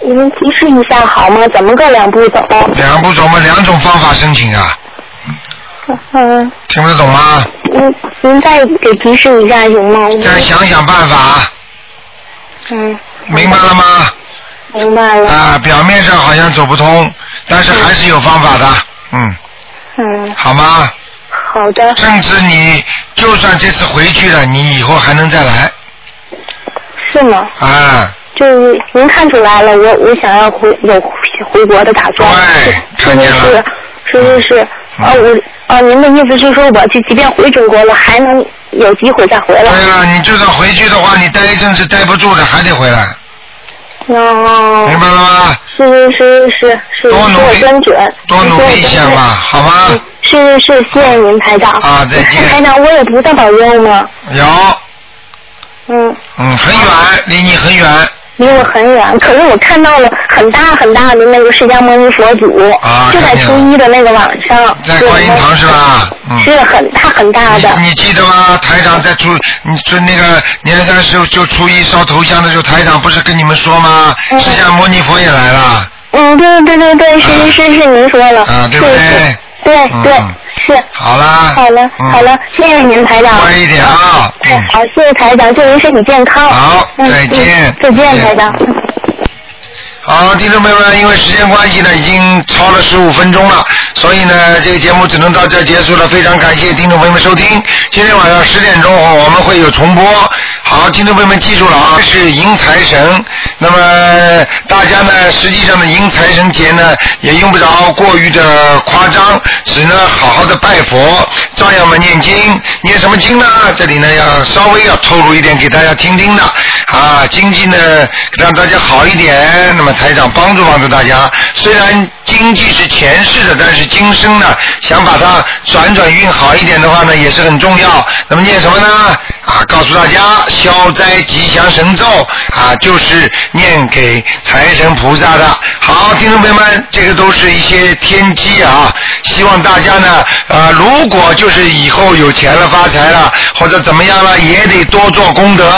F: 你们提示一下好吗？怎么个两步走？
A: 两步走嘛，两种方法申请啊，
F: 嗯，
A: 听得懂吗？
F: 您您再给提示一下行吗？
A: 再想想办法，啊
F: 嗯，
A: 明白了吗？
F: 明白了。
A: 啊，表面上好像走不通，但是还是有方法的，嗯，
F: 嗯，
A: 好吗？
F: 好 的。
A: 甚至你就算这次回去了，你以后还能再来
F: 是吗？
A: 啊。
F: 就是您看出来了，我我想要回有回国的打算。
A: 看见了。嗯
F: 是是是，啊我啊，您的意思是说我就即便回中国，我还能有机会再回来？
A: 对了，你就算回去的话，你待一阵子待不住的，还得回来。
F: 哦。
A: 明白了吗？
F: 是是是是是，多努力真准，
A: 多努力一下嘛，好吗？
F: 是是是，谢谢您台长。哎
A: 啊，再见。
F: 台长，我有菩萨保佑吗？
A: 有，
F: 嗯，
A: 嗯，很远，离你很远
F: 离我很远，可是我看到了很大很大的那个释迦牟尼佛祖，
A: 啊
F: 就在
A: 看见了
F: 初一的那个晚上，
A: 在观音堂是吧？嗯。
F: 是很大很大的。
A: 你记得吗？台长在初，你就那个年三十就初一烧头香的时候，台长不是跟你们说吗？释迦牟尼佛也来了，
F: 嗯，对对对对，是是是是您说了，
A: 啊，对不嗯
F: 是是
A: 对？
F: 对对是。
A: 好啦，嗯
F: 好了好了，谢谢您台长。
A: 快一点啊！
F: 哎，好，谢谢台长，祝您身体健康。嗯
A: 好，再见
F: 再见，台长。
A: 好，听众朋友们，因为时间关系呢，已经超了十五分钟了，所以呢，这个节目只能到这儿结束了。非常感谢听众朋友们收听，今天晚上十点钟我们会有重播。好，听众朋友们记住了啊，是迎财神。那么大家呢，实际上呢，迎财神节呢，也用不着过于的夸张，只呢好好的拜佛，照样嘛念经。念什么经呢？这里呢要稍微要透露一点给大家听听的啊，经济呢让大家好一点。那么台长帮助帮助大家，虽然经济是前世的，但是今生呢，想把它转转运好一点的话呢，也是很重要。那么念什么呢？啊，告诉大家消灾吉祥神咒啊，就是念给财神菩萨的。好，听众朋友们，这个都是一些天机啊，希望大家呢，呃，如果就是以后有钱了、发财了，或者怎么样了，也得多做功德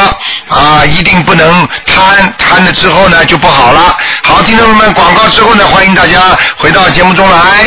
A: 啊，一定不能贪，贪了之后呢就不好了。好，听众朋友们，广告之后呢，欢迎大家回到节目中来。